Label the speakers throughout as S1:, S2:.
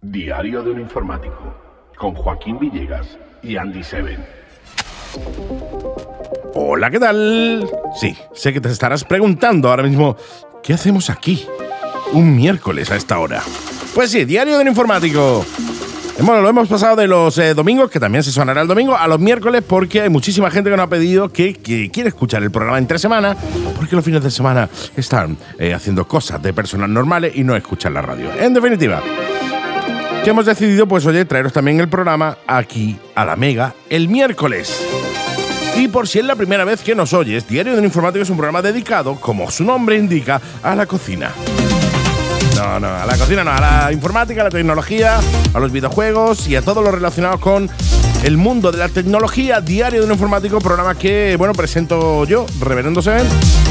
S1: diario de un informático con Joaquín Villegas y Andy Seven.
S2: Hola, ¿qué tal? Sí, sé que te estarás preguntando ahora mismo, ¿qué hacemos aquí? Un miércoles a esta hora. Pues sí, diario del informático. Eh, Bueno, lo hemos pasado de los eh, domingos, que también se sonará el domingo, a los miércoles porque hay muchísima gente que nos ha pedido que, que quiere escuchar el programa entre semana, porque los fines de semana están eh, haciendo cosas de personas normales y no escuchan la radio. En definitiva, que hemos decidido, pues oye, traeros también el programa aquí a la Mega el miércoles. Y por si es la primera vez que nos oyes, Diario de un Informático es un programa dedicado, como su nombre indica, a la cocina. No, no, a la cocina no, a la informática, a la tecnología, a los videojuegos y a todo lo relacionado con el mundo de la tecnología, Diario de un Informático, programa que, bueno, presento yo, Reverendo Seven,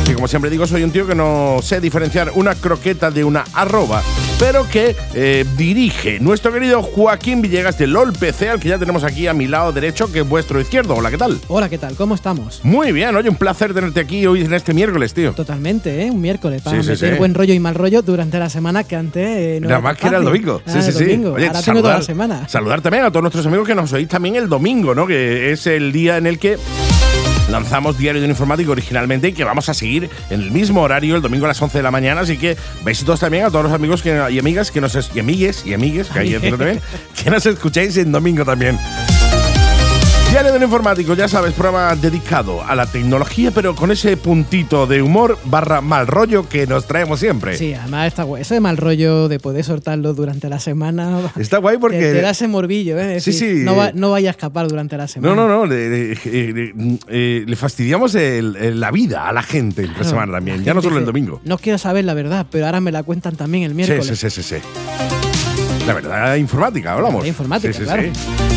S2: que como siempre digo, soy un tío que no sé diferenciar una croqueta de una arroba, pero que eh, dirige nuestro querido Joaquín Villegas de LOL PC, al que ya tenemos aquí a mi lado derecho, que es vuestro izquierdo. Hola, ¿qué tal?
S3: Hola, ¿qué tal? ¿Cómo estamos?
S2: Muy bien, oye, un placer tenerte aquí hoy en este miércoles, tío.
S3: Totalmente, ¿eh? Un miércoles para
S2: Sí, sí,
S3: meter
S2: sí.
S3: buen rollo y mal rollo durante la semana que antes eh, no
S2: Nada más que era el
S3: fácil.
S2: domingo.
S3: Ah, el domingo.
S2: Oye,
S3: Ahora tengo toda la semana.
S2: Saludar también a todos nuestros amigos que nos oís también el domingo, ¿no? Que es el día en el que lanzamos Diario de un Informático originalmente y que vamos a seguir en el mismo horario el domingo a las 11 de la mañana. Así que besitos también a todos los amigos que, y amigas que nos es- y amigues y amigues que, hay dentro también, que nos escucháis en domingo también. Diario del Informático, ya sabes, programa dedicado a la tecnología, pero con ese puntito de humor barra mal rollo que nos traemos siempre.
S3: Sí, además está guay. Ese mal rollo de poder soltarlo durante la semana.
S2: Está guay porque-
S3: Te, te da ese morbillo, ¿eh? Es
S2: Sí,
S3: decir,
S2: sí.
S3: No, va- no vaya a escapar durante la semana.
S2: No, no, no. Le, le- eh, le- mm, eh, le fastidiamos el- el- la vida a la gente entre
S3: Claro,
S2: semana también.
S3: la
S2: Ya no
S3: gente
S2: solo el
S3: dice,
S2: domingo.
S3: No quiero saber la verdad, pero ahora me la cuentan también el
S2: Sí,
S3: miércoles.
S2: sí, sí, sí, sí. La verdad informática, hablamos.
S3: La informática,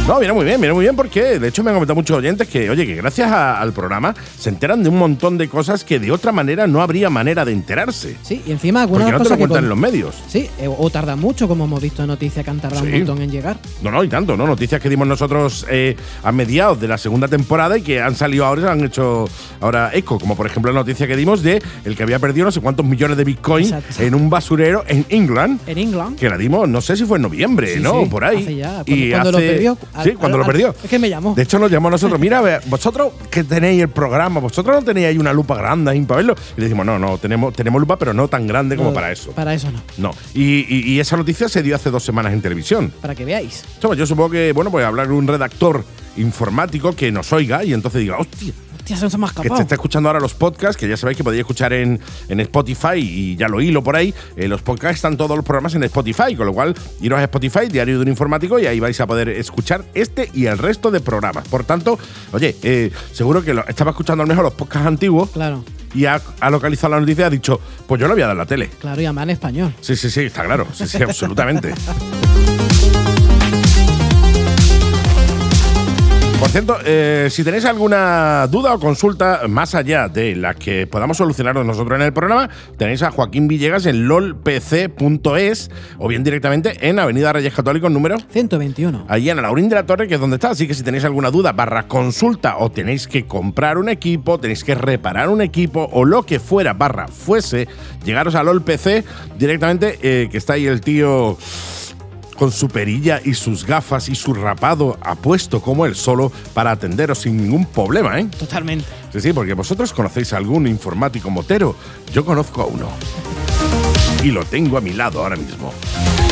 S2: No, viene muy bien, viene muy bien porque de hecho me han comentado muchos oyentes que, oye, que gracias a- al programa se enteran de un montón de cosas que de otra manera no habría manera de enterarse.
S3: Sí, y encima algunas
S2: Porque no te
S3: cosas
S2: lo
S3: que
S2: cuentan
S3: con-
S2: en los medios.
S3: Sí, eh, o tardan mucho, como hemos visto en noticias que han tardado
S2: Sí.
S3: un montón en llegar.
S2: No, no, y tanto, ¿no? Noticias que dimos nosotros eh, a mediados de la segunda temporada y que han salido ahora, y se han hecho ahora eco, como por ejemplo la noticia que dimos de el que había perdido no sé cuántos millones de bitcoin
S3: Exacto.
S2: en un basurero en England.
S3: En England.
S2: Que la dimos, no sé si fue en noviembre,
S3: Sí,
S2: ¿no?
S3: sí,
S2: Por ahí.
S3: hace ya, cuando- cuando lo perdió, al-
S2: sí, cuando
S3: al-
S2: lo perdió.
S3: es que me llamó.
S2: De hecho, nos llamó a nosotros. Mira, a ver, vosotros que tenéis el programa, vosotros no teníais una lupa grande ahí para verlo. Y le dijimos, no, no, tenemos, tenemos lupa, pero no tan grande como
S3: No,
S2: para eso.
S3: Para eso no.
S2: No. Y- y- y esa noticia se dio hace dos semanas en televisión.
S3: Para que veáis.
S2: Chama, yo supongo que, bueno, pues hablar con un redactor informático que nos oiga y entonces diga, hostia,
S3: Hostia, se nos ha más
S2: que te está escuchando ahora los podcasts, que ya sabéis que podéis escuchar en, en Spotify y ya lo hilo por ahí. Eh, los podcasts están todos los programas en Spotify, con lo cual iros a Spotify, Diario de un Informático, y ahí vais a poder escuchar este y el resto de programas. Por tanto, oye, eh, seguro que lo, estaba escuchando a lo mejor los podcasts antiguos
S3: Claro,
S2: y ha, ha localizado la noticia y ha dicho, pues yo lo voy a dar en la tele.
S3: claro, y además en español.
S2: Sí, sí, sí, está claro. Sí, sí, absolutamente. Por cierto, eh, si tenéis alguna duda o consulta más allá de las que podamos solucionaros nosotros en el programa, tenéis a Joaquín Villegas en lolpc.es o bien directamente en Avenida Reyes Católicos número
S3: 121.
S2: allí en Laurín de la Torre, que es donde está. Así que si tenéis alguna duda, barra consulta, o tenéis que comprar un equipo, tenéis que reparar un equipo, o lo que fuera, barra fuese, llegaros al OLPC directamente, eh, que está ahí el tío con su perilla y sus gafas y su rapado apuesto como él solo para atenderos sin ningún problema, ¿eh?
S3: Totalmente.
S2: Sí, sí, porque vosotros conocéis a algún informático motero. Yo conozco a uno. Y lo tengo a mi lado ahora mismo.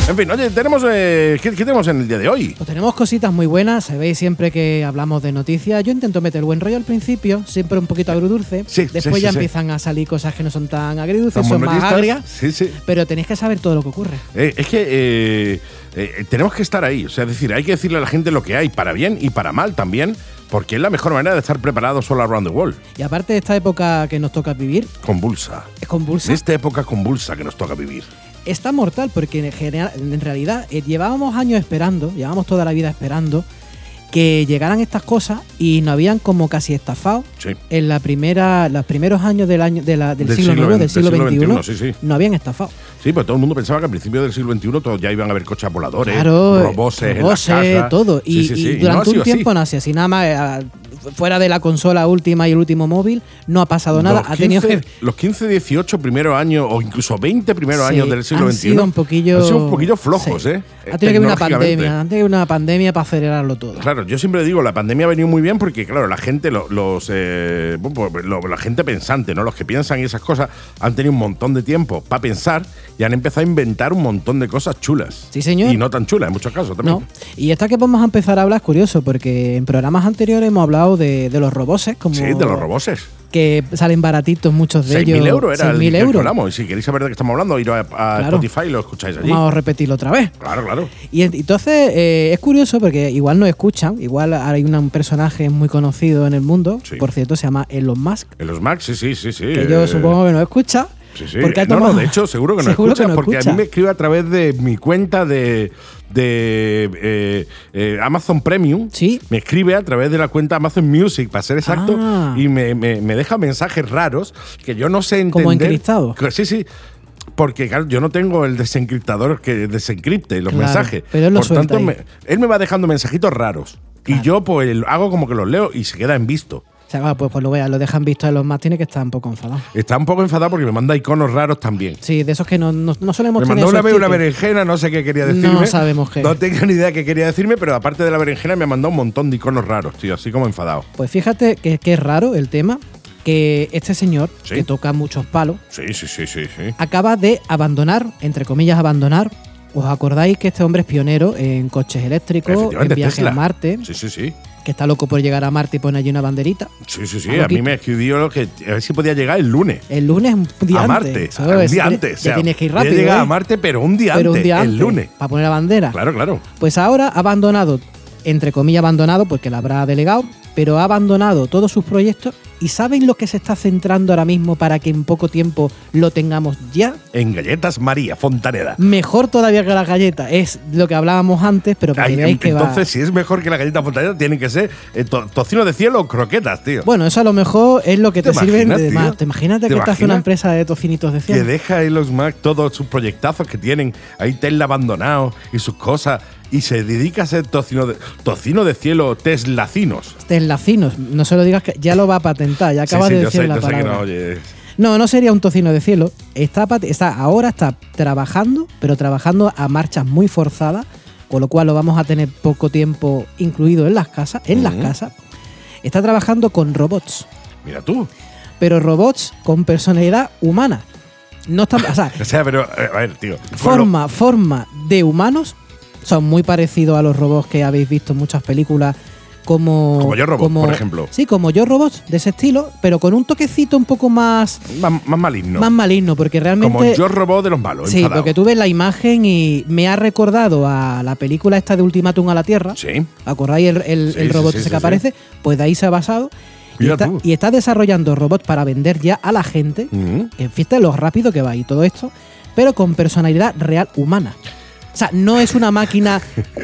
S2: En fin, oye, tenemos, eh, ¿qué, qué tenemos en el día de hoy?
S3: Pues tenemos cositas muy buenas, sabéis siempre que hablamos de noticias. Yo intento meter buen rollo al principio, siempre un poquito agridulce.
S2: Sí,
S3: Después
S2: sí, sí,
S3: ya
S2: sí.
S3: empiezan a salir cosas que no son tan agridulces,
S2: Estamos
S3: son más
S2: notistas.
S3: agrias.
S2: Sí, sí.
S3: Pero tenéis que saber todo lo que ocurre.
S2: Eh, es que eh, eh, tenemos que estar ahí. O sea, es decir, hay que decirle a la gente lo que hay, para bien y para mal también, porque es la mejor manera de estar preparados all around the world.
S3: Y aparte de esta época que nos toca vivir,
S2: Convulsa.
S3: es convulsa.
S2: En esta época convulsa que nos toca vivir.
S3: está mortal porque en, general- en realidad eh, llevábamos años esperando, llevábamos toda la vida esperando que llegaran estas cosas y nos habían como casi estafado
S2: Sí.
S3: en la primera, los primeros años del año de la- del,
S2: Del
S3: siglo,
S2: siglo
S3: IX,
S2: XX,
S3: del siglo,
S2: del siglo
S3: XXI,
S2: XXI, sí, sí.
S3: nos habían estafado.
S2: Sí, pero todo el mundo pensaba que al principio del siglo XXI todos ya iban a haber coches voladores,
S3: Claro,
S2: roboses, en las
S3: roboses,
S2: casas.
S3: todo. Y,
S2: Sí, sí, sí.
S3: y
S2: Y no ha
S3: durante
S2: sido
S3: un
S2: así.
S3: tiempo no hacía así, nada más. eh, fuera de la consola última y el último móvil, no ha pasado nada.
S2: Los
S3: ha tenido
S2: 15,
S3: que.
S2: Los 15, 18 primeros años, o incluso 20 primeros
S3: Sí,
S2: años del siglo
S3: han
S2: XXI.
S3: sido un poquillo.
S2: han sido un poquillo flojos,
S3: sí.
S2: ¿eh?
S3: Ha tenido que haber una
S2: Tecnológicamente.
S3: pandemia, ha tenido que haber una pandemia para acelerarlo todo.
S2: Claro, yo siempre digo, la pandemia ha venido muy bien porque, claro, la gente, lo- los, eh, bueno, pues, lo- la gente pensante, ¿no? Los que piensan y esas cosas han tenido un montón de tiempo para pensar y han empezado a inventar un montón de cosas chulas.
S3: Sí, señor.
S2: Y no tan chulas en muchos casos también.
S3: No. Y esta que vamos a empezar a hablar es curioso, porque en programas anteriores hemos hablado de, de los roboses, como
S2: Sí, de los roboses.
S3: que salen baratitos muchos de ellos.
S2: 6.000 euros era el
S3: 6.000
S2: que
S3: euros.
S2: hablamos. Y si queréis saber de qué estamos hablando, ir a, a
S3: Claro.
S2: Spotify y lo escucháis allí.
S3: Vamos a repetirlo otra vez.
S2: Claro, claro.
S3: Y en- entonces eh, es curioso porque igual no escuchan, igual hay una- un personaje muy conocido en el mundo,
S2: Sí.
S3: por cierto, se llama Elon Musk,
S2: En los Macs, sí, sí, sí. sí
S3: que
S2: eh,
S3: yo supongo que no escucha.
S2: Sí, sí.
S3: porque ha
S2: no, no,
S3: tomado-
S2: de hecho, seguro que no escuchas, porque a mí me escribe a través de mi cuenta de, de eh, eh, Amazon Premium.
S3: Sí.
S2: Me escribe a través de la cuenta Amazon Music, para ser exacto,
S3: Ah.
S2: y me, me- me deja mensajes raros que yo no sé entender.
S3: Como encriptado.
S2: Que- Sí, sí. Porque claro, yo no tengo el desencriptador que desencripte los
S3: Claro,
S2: mensajes.
S3: pero él lo
S2: Por
S3: suelta
S2: tanto,
S3: ahí.
S2: me- él me va dejando mensajitos raros.
S3: Claro.
S2: Y yo pues hago como que los leo y se queda en visto.
S3: O sea, va, pues, pues lo vea, lo dejan visto a los más, tiene que estar un poco enfadado.
S2: Está un poco enfadado porque me manda iconos raros también.
S3: Sí, de esos que no, no, no solemos
S2: Me
S3: tener
S2: mandó una
S3: esos
S2: vez una
S3: tickets.
S2: berenjena, no sé qué quería
S3: No
S2: decirme.
S3: sabemos qué.
S2: No tengo ni idea qué quería decirme, pero aparte de la berenjena me ha mandado un montón de iconos raros, tío, así como enfadado.
S3: Pues fíjate que, que es raro el tema, que este señor,
S2: Sí.
S3: que toca muchos palos,
S2: Sí, sí, sí, sí, sí.
S3: acaba de abandonar, entre comillas, abandonar. ¿Os acordáis que este hombre es pionero en coches eléctricos, en
S2: Efectivamente,
S3: viajes
S2: Tesla.
S3: a Marte,
S2: Sí, sí, sí.
S3: que está loco por llegar a Marte y pone allí una banderita?
S2: Sí, sí, sí.
S3: Ah,
S2: A mí
S3: loquito.
S2: me escribió lo que a ver si podía llegar el lunes.
S3: El lunes un día
S2: a
S3: antes.
S2: Marte.
S3: Eso
S2: Un
S3: es,
S2: día
S3: ya-
S2: antes. o
S3: ya
S2: sea,
S3: tienes que ir
S2: ya
S3: rápido.
S2: llegaba
S3: ¿eh?
S2: a Marte, pero un día
S3: Pero
S2: antes.
S3: un día antes,
S2: El lunes.
S3: Para poner la bandera.
S2: Claro, claro.
S3: Pues ahora ha abandonado, entre comillas abandonado, porque la habrá delegado, pero ha abandonado todos sus proyectos. ¿Y saben lo que se está centrando ahora mismo para que en poco tiempo lo tengamos ya?
S2: En Galletas María Fontaneda.
S3: Mejor todavía que la galleta. Es lo que hablábamos antes, pero para
S2: Ay,
S3: que veáis que va-
S2: entonces, si es mejor que la galleta Fontaneda, tienen que ser eh, to- tocino de cielo o croquetas, tío.
S3: Bueno, eso a lo mejor es lo que te,
S2: ¿Te
S3: sirve
S2: imaginas,
S3: de
S2: tío?
S3: más. ¿Te imaginas
S2: ¿Te
S3: que estás en una
S2: imaginas?
S3: empresa de tocinitos de
S2: que
S3: cielo?
S2: deja Elon Musk todos sus proyectazos que tienen, ahí Tesla abandonado y sus cosas, y se dedica a ser tocino de, tocino de cielo teslacinos.
S3: Teslacinos, no se lo digas que ya lo va a patentar, ya acaba
S2: sí, sí,
S3: de
S2: yo
S3: decir
S2: sé,
S3: la
S2: yo sé que
S3: palabra.
S2: no, oye.
S3: No, no sería un tocino de cielo. Está, pat- está- ahora está trabajando, pero trabajando a marchas muy forzadas, con lo cual lo vamos a tener poco tiempo incluido en las casas. En las
S2: Ujú.
S3: casas. Está trabajando con robots,
S2: Mira tú.
S3: pero robots con personalidad humana. No está, o sea,
S2: O sea, pero, eh, a ver, tío. con lo-
S3: forma, forma de humanos son muy parecidos a los robots que habéis visto en muchas películas. Como,
S2: Como Yo Robot, por ejemplo.
S3: Sí, como yo robots de ese estilo, pero con un toquecito un poco más,
S2: más, más maligno.
S3: más maligno, porque realmente.
S2: como yo robó de los malos.
S3: Sí,
S2: enfadado.
S3: porque tú ves la imagen y me ha recordado a la película esta de Ultimátum a la Tierra.
S2: Sí.
S3: ¿Acordáis el, el-
S2: Sí,
S3: el
S2: sí,
S3: robot
S2: sí,
S3: ese
S2: sí,
S3: que
S2: sí.
S3: aparece? Pues de ahí se ha basado. Y
S2: Mira
S3: está,
S2: tú.
S3: y está desarrollando robots para vender ya a la gente.
S2: Ujú.
S3: En fiesta lo rápido que va y todo esto. Pero con personalidad real humana. O sea, no es una máquina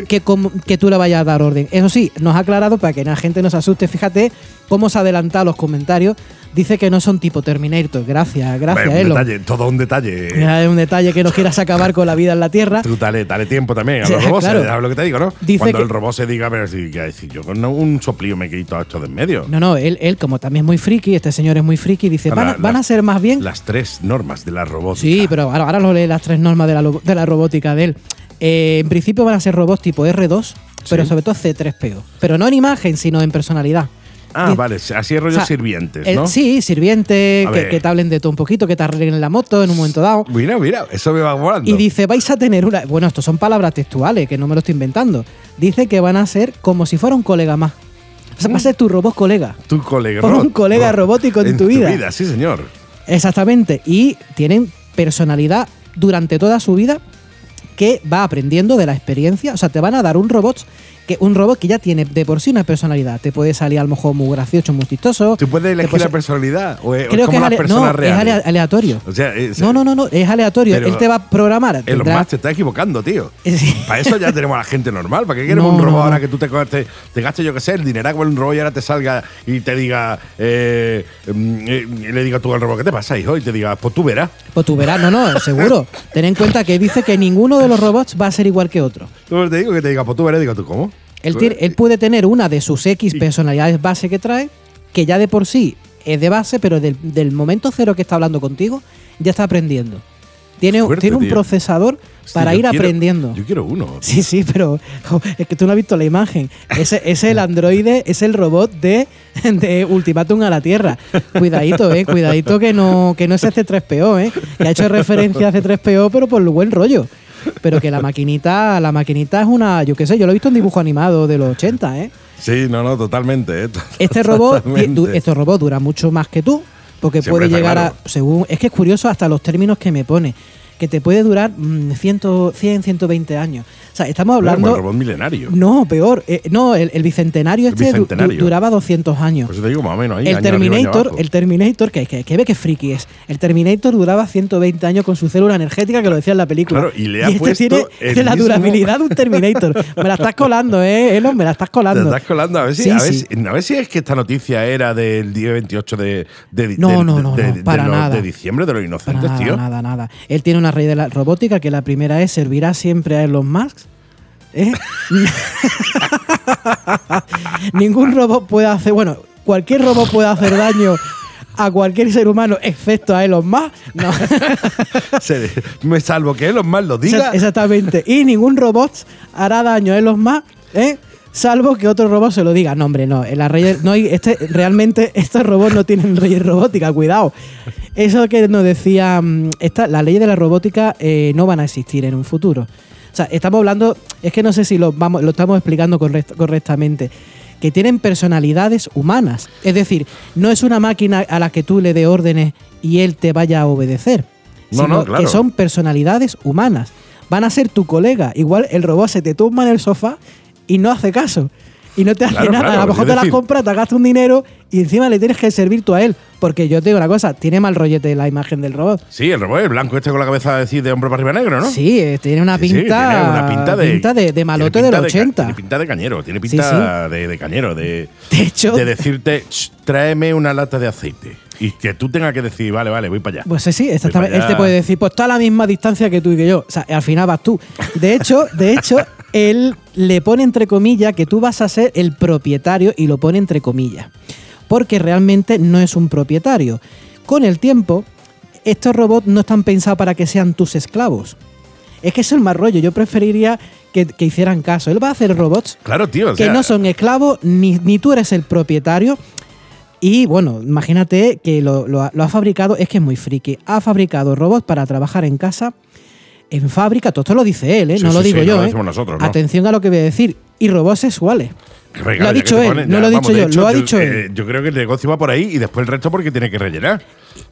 S3: que, com- que tú le vayas a dar orden. Eso sí, nos ha aclarado para que la gente no se asuste. Fíjate cómo se adelanta a los comentarios. Dice que no son tipo Terminator. Gracias, gracias,
S2: Bueno, un
S3: Elon.
S2: detalle, todo un detalle.
S3: Ya es un detalle que no quieras acabar con la vida en la Tierra.
S2: Tú dale, dale tiempo también a
S3: Sí,
S2: los robots,
S3: claro.
S2: ¿sabes lo que te digo, no?
S3: Dice
S2: Cuando
S3: que-
S2: el robot se diga, pero si, que- si yo con un soplío me quito esto de en medio.
S3: No, no, él, él como también es muy friki, este señor es muy friki, dice,
S2: La-
S3: van, a-
S2: la-
S3: van a ser más bien...
S2: Las tres normas de la robótica.
S3: Sí, pero ahora, ahora lo lee las tres normas de la, lo- de la robótica de él. Eh, en principio van a ser robots tipo R2, pero
S2: Sí.
S3: sobre todo C3PO. Pero no en imagen, sino en personalidad.
S2: Ah,
S3: Di-
S2: vale, así es
S3: o
S2: rollo
S3: sea,
S2: sirvientes,
S3: el-
S2: ¿no?
S3: sí, sirviente,
S2: A
S3: que,
S2: ver.
S3: que te hablen de todo un poquito, que te arreglen la moto en un momento dado.
S2: Mira, mira, eso me va volando.
S3: Y dice, vais a tener una... Bueno, esto son palabras textuales, que no me lo estoy inventando. Dice que van a ser como si fuera un colega más. O
S2: Mm.
S3: sea, va a ser tu robot colega.
S2: tu colega
S3: Pon
S2: robot.
S3: un colega robótico en tu vida.
S2: sí, señor.
S3: Exactamente. Y tienen personalidad durante toda su vida que va aprendiendo de la experiencia. O sea, te van a dar un robot que un robot que ya tiene de por sí una personalidad. Te puede salir a lo mejor muy gracioso, muy chistoso.
S2: ¿Tú puedes
S3: Te
S2: elegir
S3: puede
S2: la
S3: ser-
S2: personalidad? ¿O es, o es
S3: Creo
S2: como
S3: que es,
S2: las
S3: ale- no,
S2: personas
S3: es
S2: reales?
S3: ale- aleatorio.
S2: O sea, es-
S3: no, no, no, no, es aleatorio.
S2: Pero-
S3: Él te va a programar.
S2: Elon
S3: tendrá-
S2: Musk te está equivocando, tío.
S3: Sí.
S2: Para eso ya tenemos a la gente normal. ¿Para qué queremos un
S3: No,
S2: robot
S3: no,
S2: ahora
S3: no.
S2: que tú te, co- te, te gastes, yo qué sé, el dinero con un robot y ahora te salga y te diga. eh, mm, eh, y le diga tú al robot, ¿qué te pasa, hijo? Y te diga, pues tú verás.
S3: Pues tú verás, no, no, seguro. Ten en cuenta que dice que ninguno de los robots va a ser igual que otro.
S2: Tú te digo que te diga, pues tú verás. Digo, ¿tú cómo?
S3: Él, tiene- él puede tener una de sus X personalidades base que trae, que ya de por sí es de base, pero del, del momento cero que está hablando contigo, ya está aprendiendo. Tiene,
S2: Fuerte,
S3: tiene un
S2: tío.
S3: procesador
S2: Hostia,
S3: para
S2: yo
S3: ir
S2: quiero-
S3: aprendiendo.
S2: Yo quiero uno.
S3: Sí, sí, pero jo, es que tú no has visto la imagen. Ese ese es el androide, es el robot de, de Ultimátum a la Tierra. Cuidadito, eh, cuidadito que no, que no es C3PO, eh. Que ha hecho referencia a C3PO, pero por el buen rollo. Pero que la maquinita, la maquinita es una, yo qué sé, yo lo he visto en dibujo animado de los 80, eh.
S2: Sí, no, no, totalmente. ¿eh?
S3: Este robot,
S2: Totalmente.
S3: du- este robot dura mucho más que tú, porque
S2: Siempre
S3: puede
S2: está
S3: llegar
S2: claro.
S3: a, según, es que es curioso hasta los términos que me pone, que te puede durar mm, 100, 100, 120 años. O sea, estamos
S2: Bueno, como
S3: hablando
S2: el robot milenario.
S3: no, peor. Eh, no, el, el bicentenario
S2: El
S3: este du- du-
S2: bicentenario.
S3: duraba 200 años.
S2: Por eso te digo más o menos ahí.
S3: el
S2: año arriba, año
S3: Terminator,
S2: abajo.
S3: el Terminator, que, que, que ve que friki es. El Terminator duraba 120 años con su célula energética, que lo decía en la película.
S2: Claro, y le ha
S3: este
S2: puesto
S3: tiene
S2: el
S3: tiene la
S2: mismo-
S3: durabilidad de un Terminator. Me la estás colando, eh, Elon, me la estás
S2: Te
S3: colando.
S2: estás colando. A ver, si,
S3: Sí,
S2: a, ver
S3: sí.
S2: si- a ver si es que esta noticia era del día 28 de, de, de-
S3: No,
S2: de-
S3: no, no,
S2: de-
S3: no,
S2: de
S3: para
S2: los-
S3: nada.
S2: de diciembre de los
S3: Para
S2: inocentes,
S3: nada,
S2: tío.
S3: nada, nada. Él tiene una rey de la robótica, que la primera es servirá siempre a Elon Musk. ¿Eh? Ningún robot puede hacer, bueno, cualquier robot puede hacer daño a cualquier ser humano excepto a Elon Musk. No,
S2: Se- me salvo que los más lo diga.
S3: Exact- exactamente. Y ningún robot hará daño a Elon Musk, ¿eh? Salvo que otro robot se lo diga. No, hombre, no. La rey, no hay, este, realmente estos robots no tienen ley robótica, cuidado. Eso que nos decía, mm, esta, las leyes de la robótica eh, no van a existir en un futuro. O sea, estamos hablando, es que no sé si lo, vamos, lo estamos explicando correct- correctamente, que tienen personalidades humanas. Es decir, no es una máquina a la que tú le dé órdenes y él te vaya a obedecer.
S2: No,
S3: sino
S2: no, claro.
S3: Que son son personalidades humanas. Van a ser tu colega. Igual el robot se te tumba en el sofá y no hace caso. Y no te hace
S2: Claro,
S3: nada.
S2: claro,
S3: a lo mejor
S2: es
S3: te las
S2: decir-
S3: compras, te gastas un dinero y encima le tienes que servir tú a él. Porque yo te digo una cosa, tiene mal rollete la imagen del robot.
S2: Sí, el robot, el blanco este con la cabeza decir de hombre para arriba negro, ¿no?
S3: Sí, eh, tiene una
S2: Sí,
S3: pinta,
S2: sí, tiene una pinta de,
S3: de,
S2: tiene
S3: malote
S2: pinta
S3: del
S2: de ca-
S3: 80.
S2: tiene pinta de cañero, tiene
S3: Sí,
S2: pinta De, de cañero, de,
S3: de hecho,
S2: de decirte, "Ch, tráeme una lata de aceite. Y que tú tengas que decir, vale, vale, voy para allá.
S3: Pues sí, sí,
S2: Voy
S3: exactamente.
S2: para
S3: Él te
S2: allá.
S3: puede decir, pues está a la misma distancia que tú y que yo. O sea, al final vas tú. De hecho, de hecho, él le pone entre comillas que tú vas a ser el propietario y lo pone entre comillas. Porque realmente no es un propietario. Con el tiempo, estos robots no están pensados para que sean tus esclavos. Es que eso es el más rollo. Yo preferiría que, que hicieran caso. Él va a hacer robots
S2: Claro, tío. o
S3: que
S2: sea,
S3: no son esclavos, ni, ni tú eres el propietario. Y bueno, imagínate que lo, lo ha- lo ha fabricado, es que es muy friki. Ha fabricado robots para trabajar en casa, en fábrica, todo esto lo dice él, ¿eh?
S2: Sí,
S3: no lo
S2: sí,
S3: digo
S2: sí, no
S3: yo.
S2: lo
S3: ¿eh?
S2: decimos nosotros, ¿no?
S3: Atención a lo que voy a decir. Y robots sexuales.
S2: Venga,
S3: Lo
S2: ya que
S3: ha dicho
S2: te
S3: él, no lo he dicho
S2: de
S3: yo, lo ha
S2: yo-
S3: dicho él.
S2: eh, yo creo que el negocio va por ahí y después el resto porque tiene que rellenar.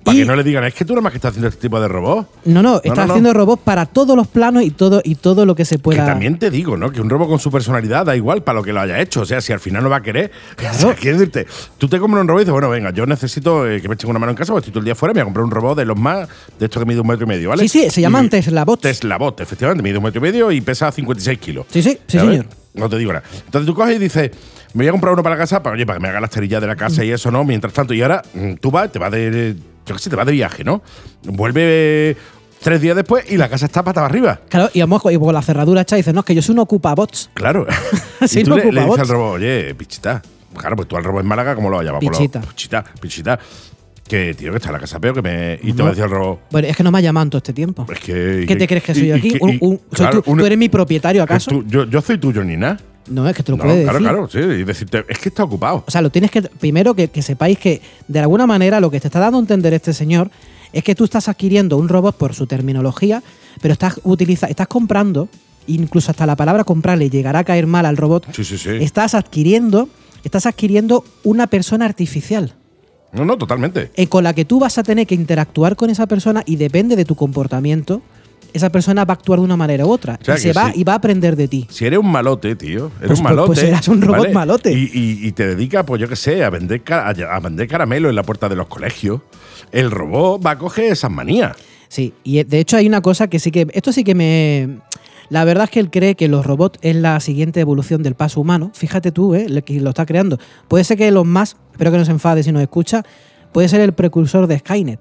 S2: Para
S3: Y-
S2: que no le digan, es que tú nomás que estás haciendo este tipo de robot.
S3: No, no,
S2: No,
S3: está
S2: no, no.
S3: haciendo robots para todos los planos y todo, y todo lo que se
S2: Que
S3: pueda.
S2: también te digo, ¿no? Que un robot con su personalidad da igual para lo que lo haya hecho. O sea, si al final no va a querer. O sea, quiero decirte, tú te compras un robot y dices, bueno, venga, yo necesito eh, que me echen una mano en casa porque estoy todo el día fuera y me voy a comprar un robot de los más. de estos que mide un metro y medio, ¿vale?
S3: Sí, sí, se llaman
S2: Y-
S3: Tesla bots.
S2: Tesla Bot, efectivamente, mide un metro y medio y pesa 56 kilos.
S3: Sí, sí, sí,
S2: ¿Sabes?
S3: señor.
S2: No te digo nada. Entonces tú coges y dices, me voy a comprar uno para la casa, para, oye, para que me haga las terillas de la casa y eso, ¿no? Mientras tanto, y ahora mm, tú vas, te vas de. Yo qué sé, te vas de viaje, ¿no? Vuelve tres días después y la casa está pata arriba.
S3: Claro, y a lo mejor, y con la cerradura hecha, dice, no, es que yo soy un ocupa bots.
S2: Claro.
S3: Sí,
S2: y tú
S3: no
S2: le,
S3: ocupa
S2: le dices
S3: bots.
S2: al robot, oye, pichita. Claro, pues tú al robot en Málaga, ¿cómo Pues lo llamamos?
S3: Pichita.
S2: Pichita, pichita. Que, tío, que está la casa peor que me... Y te va a decir al robot...
S3: Bueno, es que no me ha llamado en todo este tiempo.
S2: Es que, y
S3: ¿Qué te crees que soy yo
S2: y- y
S3: aquí?
S2: que-
S3: Un-
S2: y-
S3: un- soy
S2: claro,
S3: tú,
S2: un-
S3: tú eres mi propietario,
S2: que
S3: acaso?
S2: tú- yo, yo soy tuyo, ni nada.
S3: No, es que te lo
S2: No,
S3: puede
S2: claro,
S3: decir.
S2: claro, sí. Y decirte, es que está ocupado.
S3: O sea, lo tienes que. Primero que, que sepáis que de alguna manera lo que te está dando a entender este señor es que tú estás adquiriendo un robot por su terminología, pero estás utiliza, estás comprando, incluso hasta la palabra comprar le llegará a caer mal al robot.
S2: Sí, sí, sí.
S3: Estás adquiriendo, estás adquiriendo una persona artificial.
S2: No, no, totalmente.
S3: eh, con la que tú vas a tener que interactuar con esa persona y depende de tu comportamiento, esa persona va a actuar de una manera u otra.
S2: O sea
S3: y se
S2: que
S3: va
S2: sí.
S3: y va a aprender de ti.
S2: Si eres un malote, tío. Eres un
S3: Pues- pues-
S2: malote.
S3: pues eras un robot malote.
S2: Y, y- y te dedica, pues yo qué sé, a vender, ca- a, a vender caramelo en la puerta de los colegios. El robot va a coger esas manías.
S3: Sí, y eh, de hecho hay una cosa que sí que. Esto sí que me. La verdad es que él cree que los robots es la siguiente evolución del paso humano. Fíjate tú, ¿eh? lo que lo está creando. Puede ser que los más, espero que no se enfade si nos escucha, puede ser el precursor de Skynet.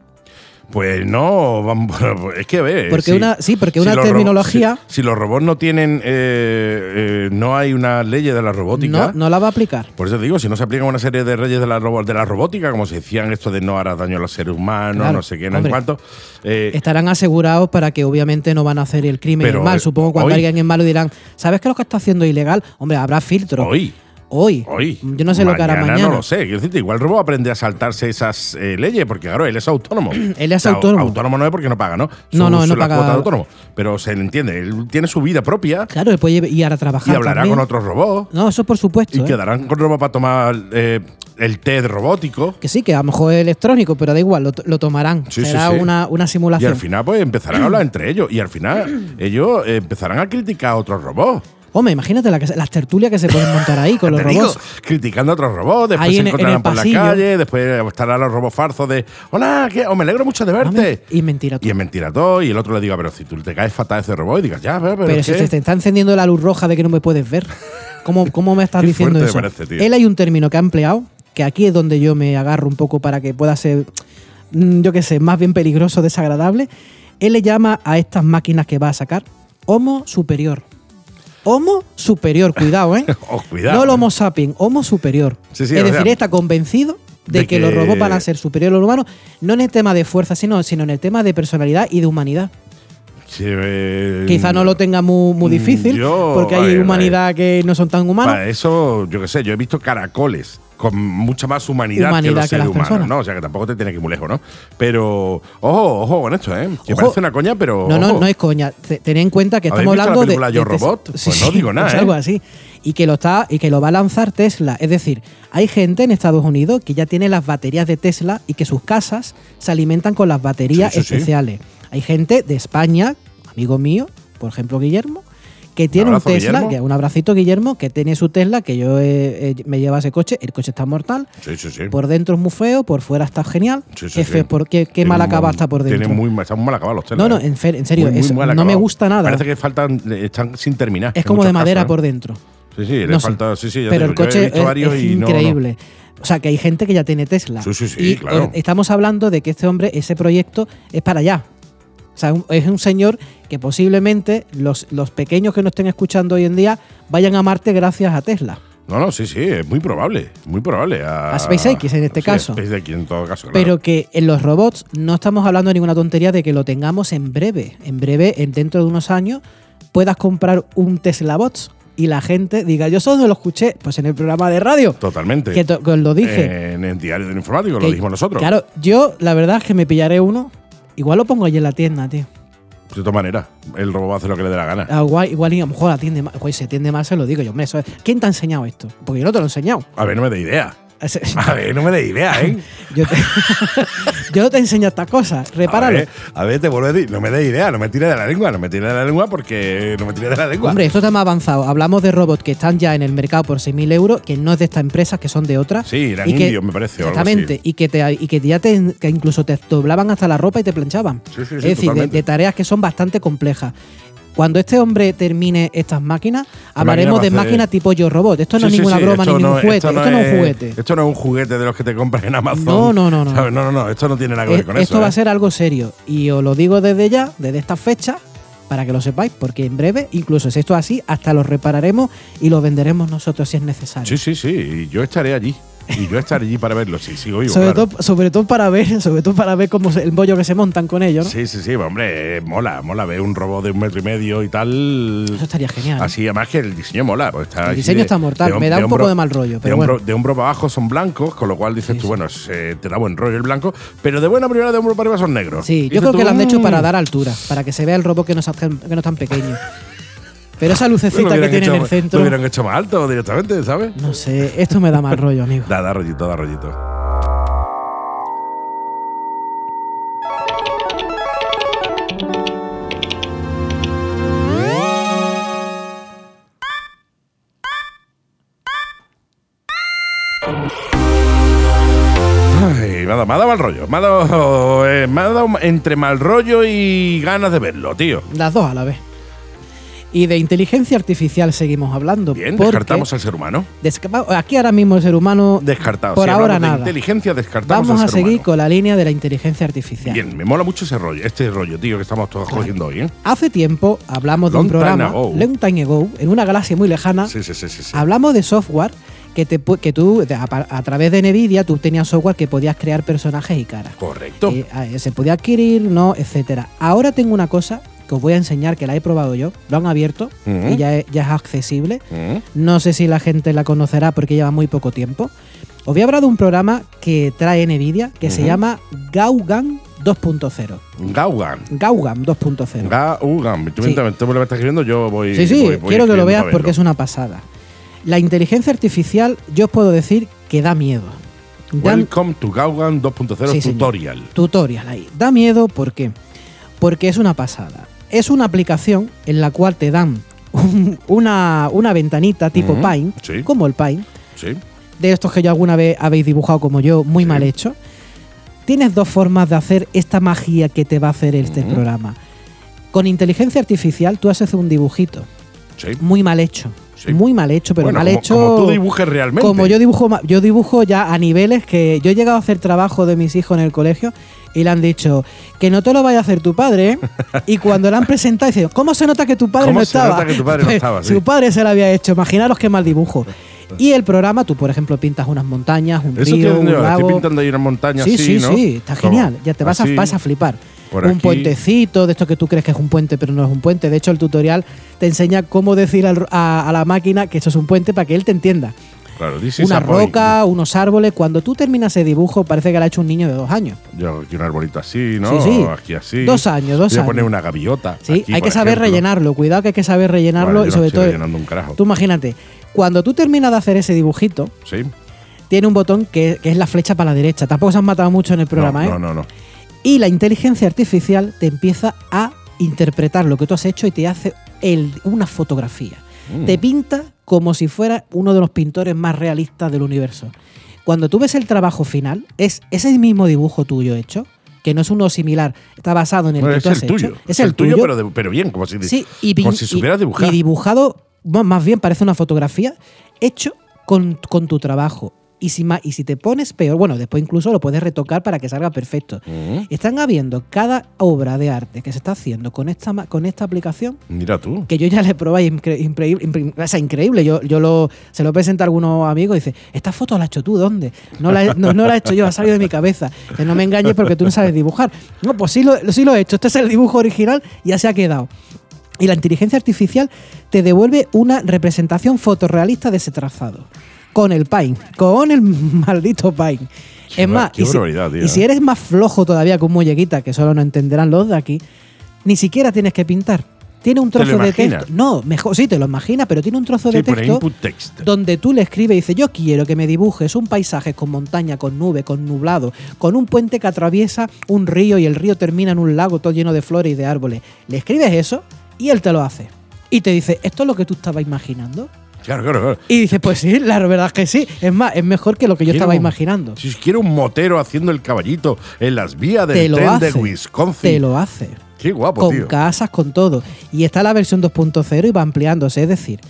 S2: Pues no, van por- es que a ver.
S3: Porque una- sí, porque una
S2: los robo-
S3: terminología-
S2: si, si los robots no tienen. eh, eh, no hay una ley de la robótica.
S3: No, no la va a aplicar.
S2: Por eso digo, si no se aplican una serie de reyes de la, robo- de la robótica, como se decían, esto de no harás daño a los seres humanos,
S3: Claro,
S2: no sé qué, no en
S3: hombre.
S2: cuanto. eh,
S3: Estarán asegurados para que obviamente no van a hacer el crimen y
S2: Pero,
S3: el mal.
S2: eh,
S3: Supongo cuando
S2: hoy-
S3: alguien es malo dirán, ¿sabes que lo que está haciendo es ilegal? Hombre, habrá filtro.
S2: hoy.
S3: Hoy.
S2: Hoy.
S3: Yo no sé lo que hará
S2: No
S3: mañana.
S2: lo sé. Quiero decirte, igual Robo aprende a saltarse esas eh, leyes, porque claro, él es autónomo.
S3: Él es
S2: O sea,
S3: autónomo.
S2: Autónomo no es porque no paga, ¿no?
S3: No, no, no
S2: la
S3: paga.
S2: cuota de autónomo. Pero se le entiende. Él tiene su vida propia
S3: Claro, él puede ir a
S2: y
S3: trabajar.
S2: hablará
S3: también.
S2: con otros robots.
S3: No, eso por supuesto.
S2: Y
S3: ¿eh?
S2: quedarán con robots para tomar eh, el test robótico.
S3: Que sí, que a lo mejor es electrónico, pero da igual, lo, lo tomarán.
S2: Sí, sí,
S3: Será
S2: sí.
S3: Una, una
S2: Y
S3: simulación.
S2: al final, pues empezarán a hablar entre ellos. Y al final, ellos eh, empezarán a criticar a otros robots.
S3: Hombre, imagínate la que se- las tertulias que se pueden montar ahí con los
S2: Te digo,
S3: robots.
S2: criticando a otros robots, después
S3: Ahí
S2: se
S3: en- en el
S2: encontrarán por la
S3: pasillo.
S2: calle, después estarán los robots farzos de Hola, ¿qué? Oh, me alegro mucho de
S3: Hombre,
S2: verte.
S3: Y mentira tú.
S2: Y es mentira todo, y el otro le diga, pero si tú te caes fatal ese robot, y digas, ya, pero, pero
S3: Pero este
S2: es
S3: si
S2: que-
S3: te, te está encendiendo la luz roja de que no me puedes ver. ¿Cómo, cómo me estás
S2: Qué
S3: diciendo
S2: fuerte
S3: eso?
S2: me parece, tío.
S3: Él hay un término que ha empleado, que aquí es donde yo me agarro un poco para que pueda ser, mm, yo qué sé, más bien peligroso, desagradable. Él le llama a estas máquinas que va a sacar Homo superior. Homo superior, cuidado, ¿eh?
S2: Oh, cuidado.
S3: No el Homo sapiens, Homo superior.
S2: Sí, sí,
S3: es
S2: o
S3: decir,
S2: sea,
S3: está convencido de,
S2: de
S3: que, los
S2: que-
S3: robots van a ser superiores a los humanos, no en el tema de fuerza, sino, sino en el tema de personalidad y de humanidad.
S2: Sí, eh,
S3: Quizá no lo tenga muy, muy difícil,
S2: Mm, yo-
S3: porque
S2: a
S3: hay
S2: ver, a
S3: humanidad que no son tan humanos.
S2: Para eso, yo qué sé, yo he visto caracoles con mucha más humanidad, que
S3: Humanidad
S2: los
S3: que
S2: seres
S3: las
S2: humanos,
S3: personas.
S2: ¿no? O sea que tampoco te tienes que ir muy lejos, ¿no? Pero, ojo, ojo con esto, ¿eh? Que
S3: Ojo.
S2: parece una coña, pero.
S3: No, no,
S2: ojo.
S3: no es coña. Te- Tened en cuenta que
S2: ¿Habéis
S3: estamos
S2: visto la
S3: hablando de-
S2: película
S3: de.
S2: Yo,
S3: Tes-
S2: Robot? Pues no digo nada,
S3: pues
S2: ¿eh?
S3: algo así. Y que lo está, y que lo va a lanzar Tesla. Es decir, hay gente en Estados Unidos que ya tiene las baterías de Tesla y que sus casas se alimentan con las baterías
S2: Sí, sí, sí.
S3: especiales. Hay gente de España, amigo mío, por ejemplo Guillermo, que tiene
S2: abrazo,
S3: un Tesla,
S2: Guillermo.
S3: que, un abracito Guillermo, que tiene su Tesla, que yo eh, eh, me lleva ese coche, el coche está mortal,
S2: Sí, sí, sí.
S3: por dentro es muy feo, por fuera está genial,
S2: Eh, Sí, sí,
S3: qué,
S2: sí.
S3: feo, por- qué- qué
S2: Tiene
S3: mal
S2: un-
S3: acaba está por dentro.
S2: Tienen muy, mal- están muy mal acabados los telas.
S3: No, no,
S2: ¿eh?
S3: en, fer- en serio,
S2: Muy, muy
S3: es-
S2: mal
S3: no me
S2: acabado.
S3: gusta nada.
S2: Parece que faltan, eh, están sin terminar.
S3: es
S2: en
S3: como de
S2: muchos
S3: madera
S2: casos, ¿eh?
S3: por dentro.
S2: Sí, sí, le
S3: No sé.
S2: falta. Sí, sí, ya
S3: Pero
S2: te
S3: el
S2: digo, yo he
S3: coche
S2: visto
S3: es,
S2: varios
S3: es
S2: y no, no.
S3: increíble. O sea, que hay gente que ya tiene Tesla.
S2: Sí, sí, sí,
S3: Y,
S2: claro.
S3: eh, Estamos hablando de que este hombre, ese proyecto, es para allá. O sea, un- es un señor que posiblemente los, los pequeños que nos estén escuchando hoy en día vayan a Marte gracias a Tesla.
S2: No, no, sí, sí, es muy probable, muy probable. A,
S3: A SpaceX en este
S2: Sí,
S3: caso.
S2: SpaceX en todo caso, claro.
S3: Pero que en los robots no estamos hablando de ninguna tontería de que lo tengamos en breve. En breve, en dentro de unos años, puedas comprar un Tesla Bots y la gente diga, yo solo lo escuché pues en el programa de radio.
S2: Totalmente.
S3: Que, to- que os lo dije.
S2: Eh, En el diario del informático, lo
S3: Que-
S2: dijimos nosotros.
S3: Claro, yo la verdad es que me pillaré uno. Igual lo pongo allí en la tienda, tío.
S2: De todas maneras, el robot hace lo que le dé la gana.
S3: Ah, Igual, igual y a lo mejor atiende más. Pues se atiende más, se lo digo yo. Hombre, eso es- ¿Quién te ha enseñado esto? Porque yo no te lo he enseñado.
S2: A ver, no me dé idea.
S3: Ese-
S2: A ver, no me dé idea, ¿eh?
S3: Yo, te- yo no te enseño estas cosas.
S2: A
S3: Repáralo.
S2: ver, a ver, te vuelvo a decir, no me dé idea, no me tire de la lengua, no me tire de la lengua porque no me tire de la lengua.
S3: Hombre, esto está más avanzado. Hablamos de robots que están ya en el mercado por 6.000 euros, que no es de estas empresas, que son de otras.
S2: Sí, eran
S3: Y que-
S2: indios, me parece, o algo
S3: Exactamente. Y que, te, y que ya te, que incluso te doblaban hasta la ropa y te planchaban.
S2: Sí, sí, sí,
S3: es decir, de,
S2: totalmente.
S3: de tareas que son bastante complejas. Cuando este hombre termine estas máquinas, hablaremos
S2: máquina
S3: de
S2: va a hacer-
S3: máquina tipo yo robot. Esto no
S2: Sí,
S3: es
S2: sí,
S3: ninguna
S2: sí,
S3: broma ni
S2: esto
S3: ningún
S2: no-
S3: juguete.
S2: Esto
S3: Esto
S2: no,
S3: es
S2: es,
S3: un juguete.
S2: Esto no es un juguete de los que te compras en Amazon.
S3: No, no, no, no.
S2: ¿sabes? No, no, no, esto no tiene nada que ver
S3: Eh,
S2: con
S3: esto
S2: eso.
S3: va
S2: ¿eh?
S3: a ser algo serio. Y os lo digo desde ya, desde esta fecha, para que lo sepáis, porque en breve, incluso si esto es así, hasta los repararemos y los venderemos nosotros si es necesario.
S2: Sí, sí, sí, y yo estaré allí. Y yo estaré allí para verlo, sí, sigo vivo.
S3: sobre,
S2: claro.
S3: todo, sobre todo para ver, sobre todo para ver cómo se- el bollo que se montan con ellos, ¿no?
S2: Sí, sí, sí, hombre, eh, mola, mola ver un robot de un metro y medio y tal.
S3: Eso estaría genial. ¿eh?
S2: Así, además que el diseño mola. pues está
S3: El
S2: así
S3: diseño está mortal,
S2: hom-
S3: me da un poco
S2: hombro-
S3: de mal rollo, pero
S2: de, hombro,
S3: bueno.
S2: de hombro para abajo son blancos, con lo cual dices
S3: Sí,
S2: tú,
S3: sí.
S2: bueno, se- te da buen rollo el blanco, pero de buena primera de hombro para arriba son negros.
S3: Sí,
S2: Dices
S3: yo creo
S2: tú,
S3: que lo han hecho
S2: "Mm".
S3: para dar altura, para que se vea el robot que no es tan, que no es tan pequeño. Pero esa
S2: Lo
S3: lucecita que
S2: hubieran
S3: tiene
S2: hecho-
S3: en el centro.
S2: Lo hubieran hecho más alto directamente, ¿sabes?
S3: No sé, esto me da mal rollo, amigo.
S2: Da, da rollito, da rollito. Ay, me ha dado, me ha dado mal rollo. Me ha dado, eh, me ha dado entre mal rollo y ganas de verlo, tío.
S3: Las dos a la vez. Y de inteligencia artificial seguimos hablando.
S2: Bien,
S3: porque
S2: descartamos al ser humano.
S3: desca- Aquí ahora mismo el ser humano.
S2: Descartado.
S3: Por
S2: Si hablamos
S3: ahora
S2: de
S3: nada.
S2: Inteligencia, descartamos
S3: Vamos
S2: al
S3: a
S2: ser
S3: seguir
S2: humano.
S3: con la línea de la inteligencia artificial.
S2: Bien, me mola mucho ese rollo, este rollo, tío, que estamos todos cogiendo hoy, ¿eh?
S3: Hace tiempo hablamos de
S2: Long
S3: un
S2: time
S3: programa,
S2: ago.
S3: Long Time Ago, en una galaxia muy lejana,
S2: Sí, sí, sí, sí. sí.
S3: Hablamos de software que, te, pu- que tú, de- a, pa- a través de Nvidia, tú tenías software que podías crear personajes y caras.
S2: Correcto.
S3: Eh, eh, se podía adquirir, no, etcétera. Ahora tengo una cosa que os voy a enseñar que la he probado yo. Lo han abierto
S2: Ujú.
S3: y ya, es- ya es accesible.
S2: Mm,
S3: No sé si la gente la conocerá porque lleva muy poco tiempo. Os voy a hablar de un programa que trae Nvidia que se
S2: Ujú.
S3: llama Gaugan 2.0.
S2: Mm. Gaugan.
S3: Gaugan 2.0.
S2: Gaugan. Tú
S3: Sí.
S2: mientras tú me lo estás escribiendo, yo voy.
S3: Sí, sí,
S2: voy- voy
S3: quiero que
S2: escribiendo
S3: lo veas
S2: para
S3: porque es
S2: verlo.
S3: una pasada. La inteligencia artificial, yo os puedo decir que da miedo. Da
S2: Welcome to Gaugan 2.0
S3: Sí, señor.
S2: Tutorial.
S3: tutorial ahí. Da miedo, ¿por qué? Porque es una pasada. Es una aplicación en la cual te dan un- una, una ventanita tipo
S2: Ujú,
S3: Pine,
S2: Mm, sí.
S3: como el Pine,
S2: Sí.
S3: de estos que yo alguna vez habéis dibujado como yo, muy mal hecho. Tienes dos formas de hacer esta magia que te va a hacer este
S2: Ujú.
S3: programa. Con inteligencia artificial tú haces un dibujito
S2: Sí.
S3: muy mal hecho.
S2: Sí.
S3: Muy mal hecho, pero
S2: Bueno,
S3: mal
S2: como,
S3: hecho.
S2: Como tú dibujes realmente.
S3: como yo dibujo, ma- yo dibujo ya a niveles que yo he llegado a hacer trabajo de mis hijos en el colegio y le han dicho que no te lo vaya a hacer tu padre. ¿eh?". Y cuando le han presentado, dicen, ¿cómo se nota que tu padre
S2: ¿Cómo
S3: no
S2: se
S3: estaba? Pues,
S2: nota que tu padre no estaba, sí. Pues,
S3: Su padre se lo había hecho. Imaginaros qué mal dibujo. Y el programa, tú por ejemplo pintas unas montañas, un
S2: Eso
S3: río,
S2: tiene
S3: un
S2: yo, estoy
S3: lago.
S2: pintando ahí una montaña
S3: Sí,
S2: así,
S3: sí,
S2: ¿no?
S3: sí, está
S2: Como
S3: genial. Ya te vas a,
S2: así.
S3: vas a flipar.
S2: por
S3: un
S2: aquí.
S3: puentecito, de esto que tú crees que es un puente, pero no es un puente. De hecho, el tutorial te enseña cómo decir al- a, a la máquina que eso es un puente para que él te entienda.
S2: Claro, this is
S3: Una
S2: a boy.
S3: roca, unos árboles. Cuando tú terminas ese dibujo, parece que lo ha hecho un niño de dos años.
S2: Yo aquí un arbolito así, ¿no?
S3: Sí, sí.
S2: Aquí así.
S3: Dos años, dos
S2: Voy a poner
S3: años.
S2: una gaviota.
S3: Sí,
S2: aquí,
S3: hay
S2: por
S3: que saber
S2: ejemplo.
S3: rellenarlo. Cuidado que hay que saber rellenarlo
S2: Vale, yo
S3: y
S2: no
S3: sobre
S2: estoy
S3: todo.
S2: rellenando un carajo.
S3: Tú imagínate, cuando tú terminas de hacer ese dibujito,
S2: Sí.
S3: tiene un botón que, que es la flecha para la derecha. Tampoco se han matado mucho en el programa,
S2: no,
S3: ¿eh?
S2: no, no, no.
S3: Y la inteligencia artificial te empieza a interpretar lo que tú has hecho y te hace el- una fotografía.
S2: Mm.
S3: Te pinta como si fuera uno de los pintores más realistas del universo. Cuando tú ves el trabajo final, es ese mismo dibujo tuyo hecho, que no es uno similar, está basado en el
S2: Bueno,
S3: que
S2: es
S3: tú
S2: el
S3: has hecho.
S2: tuyo. Es el tuyo, pero, de- pero bien, como si,
S3: Sí, y,
S2: como
S3: pin-
S2: si
S3: y-
S2: se hubiera
S3: y
S2: dibujado.
S3: dibujado, más más bien parece una fotografía, hecho con, con tu trabajo. Y si, ma- y si te pones peor, bueno, después incluso lo puedes retocar para que salga perfecto.
S2: Mm.
S3: Están habiendo cada obra de arte que se está haciendo con esta, ma- con esta aplicación,
S2: Mira tú.
S3: que yo ya le probé, increíble, o sea, increíble. Yo, yo lo, se lo presenté a algunos amigos y dice, esta foto la has hecho tú, ¿dónde? No la, he- no, no la he hecho yo, ha salido de mi cabeza. Que no me engañes porque tú no sabes dibujar. No, pues sí lo, sí lo he hecho, este es el dibujo original y ya se ha quedado. Y la inteligencia artificial te devuelve una representación fotorrealista de ese trazado. Con el Pine, con el maldito Pine.
S2: Qué
S3: es
S2: bar-
S3: más,
S2: qué
S3: y, si,
S2: barbaridad, tío,
S3: y si
S2: eh.
S3: eres más flojo todavía que un muñequita, que solo no entenderán los de aquí, ni siquiera tienes que pintar. Tiene un
S2: ¿Te lo
S3: trozo de
S2: imaginas?
S3: texto. No, mejor, sí, te lo imaginas, pero tiene un trozo
S2: Sí,
S3: de
S2: por
S3: texto
S2: input text.
S3: donde tú le escribes y dices, yo quiero que me dibujes un paisaje con montaña, con nube, con nublado, con un puente que atraviesa un río y el río termina en un lago todo lleno de flores y de árboles. Le escribes eso y él te lo hace. Y te dice, ¿esto es lo que tú estabas imaginando?
S2: Claro, claro, claro.
S3: Y dices, pues sí, la verdad es que sí. Es más, es mejor que lo que yo
S2: Quiero
S3: estaba
S2: un-
S3: imaginando.
S2: Si quiero un motero haciendo el caballito en las vías
S3: Te
S2: del
S3: lo
S2: tren
S3: hace.
S2: de Wisconsin.
S3: Te lo hace.
S2: Qué guapo,
S3: con
S2: tío.
S3: casas, con todo. Y está la versión 2.0 y va ampliándose. Es decir,